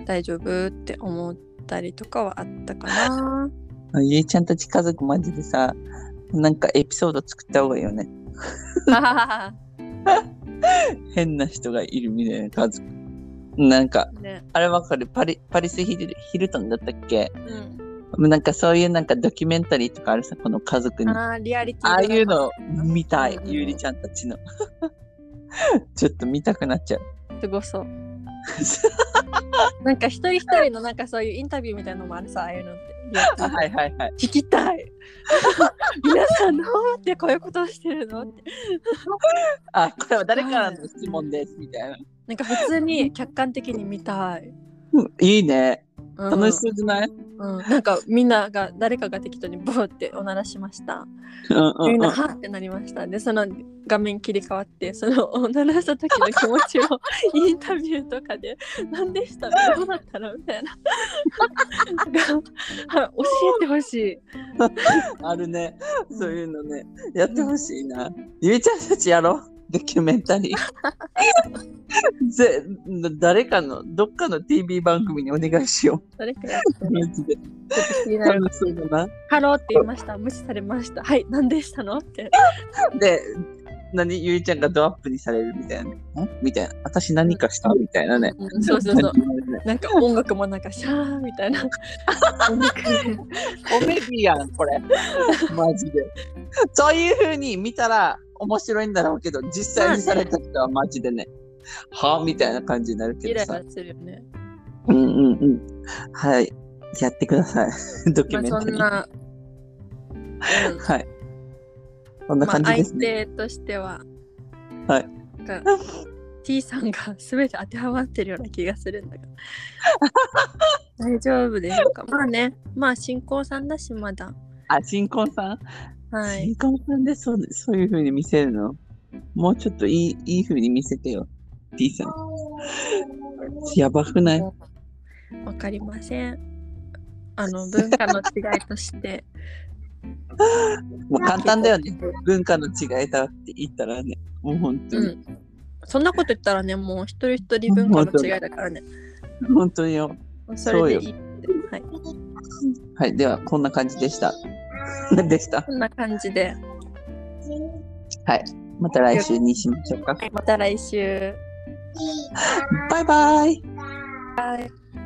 A: 大丈夫って思ったりとかはあったかな。
B: ゆいちゃんたち家族マジでさ、なんかエピソード作った方がいいよね。
A: あ
B: 変な人がいるみたいな家族。なんか、
A: ー ね、
B: あれわかるパリ、パリスヒルヒルトンだったっけ
A: うん。
B: なんかそういうなんかドキュメンタリーとかあるさ、この家族に。あ
A: ああ、リアリティ
B: あいうの
A: ドラマ
B: 見たい
A: うん、
B: ゆりちゃんたちの。 ちょっと見たくなっちゃう。
A: すご そう。なんか一人一人のなんかそういうインタビューみたいなのもあるさ、ああいうのって。リアリティ
B: はいはいはい。
A: 聞きたい 皆さんどうやってこういうことをしてるのって
B: あ、これは誰からの質問です、みたいな。
A: なんか普通に客観的に見たい、
B: うんいいね。
A: うん
B: 楽しそうじゃない
A: うん、なんかみんなが誰かが適当にボーっておならしました
B: うんう
A: みん
B: んう。
A: なんはーってなりましたでその画面切り替わってそ のおならした時の気持ちをインタビューとかで何でしたどうだったのみたい ななんかあ教えてほしい
B: あるね。そういうのね。やってほしいな。ゆいちゃんたちやろう。ドキュメンタ リー。ぜ誰かの、どっかの TV 番組にお願いしよ
A: 誰かやっ
B: う。
A: てね
B: マジで。
A: ちょっと気になる
B: 楽しそうだな。
A: ハローって言いました無視されましたはい何でしたのって
B: で、何ゆいちゃんがドアップにされるみたいなね。んみたいな。私何かしたみたいなね。
A: うんそうそう そう
B: 感。じになるね
A: なんか音楽もなんかシャーみ たいな。音楽
B: コメディやん、これ。マジで。そういう風に見たら面白いんだろうけど、実際にされた人はマジでね、はみたいな感じになるけ
A: イ
B: ど
A: ライ
B: さ
A: ラ。するよね。
B: うんうんうん。はい。やってくだ さい。ドキ
A: ま
B: ュ
A: あ
B: メンタ
A: そん
B: リー。
A: な、うん
B: はい。そんな
A: まあ
B: 感じで
A: 相
B: すね。
A: 手としては、
B: はい
A: なんか。T さんが全て当てはまってるような気がするん だが。大丈夫でしょうか。まあね、まあ新婚さんだしまだ。
B: あ、新婚さん、
A: はい。
B: 新婚さんでそうそういう風に見せるのもうちょっといいいい風に見せてよ。T さん。やばくない
A: わかりません。あの文化の違いとして。
B: もう 簡単だよね。文化の違いだって言ったらね。もう本当
A: う
B: に。
A: ん。そんなこと言ったらね、もう一人一人文化の違いだからね。
B: 本当によ。
A: それでいい
B: そ
A: って。はい。
B: はい。では、こんな感じでした。でした。
A: こんな感じで、
B: はい。また来週にしましょうか。
A: また来週。
B: バイバイ。
A: はい。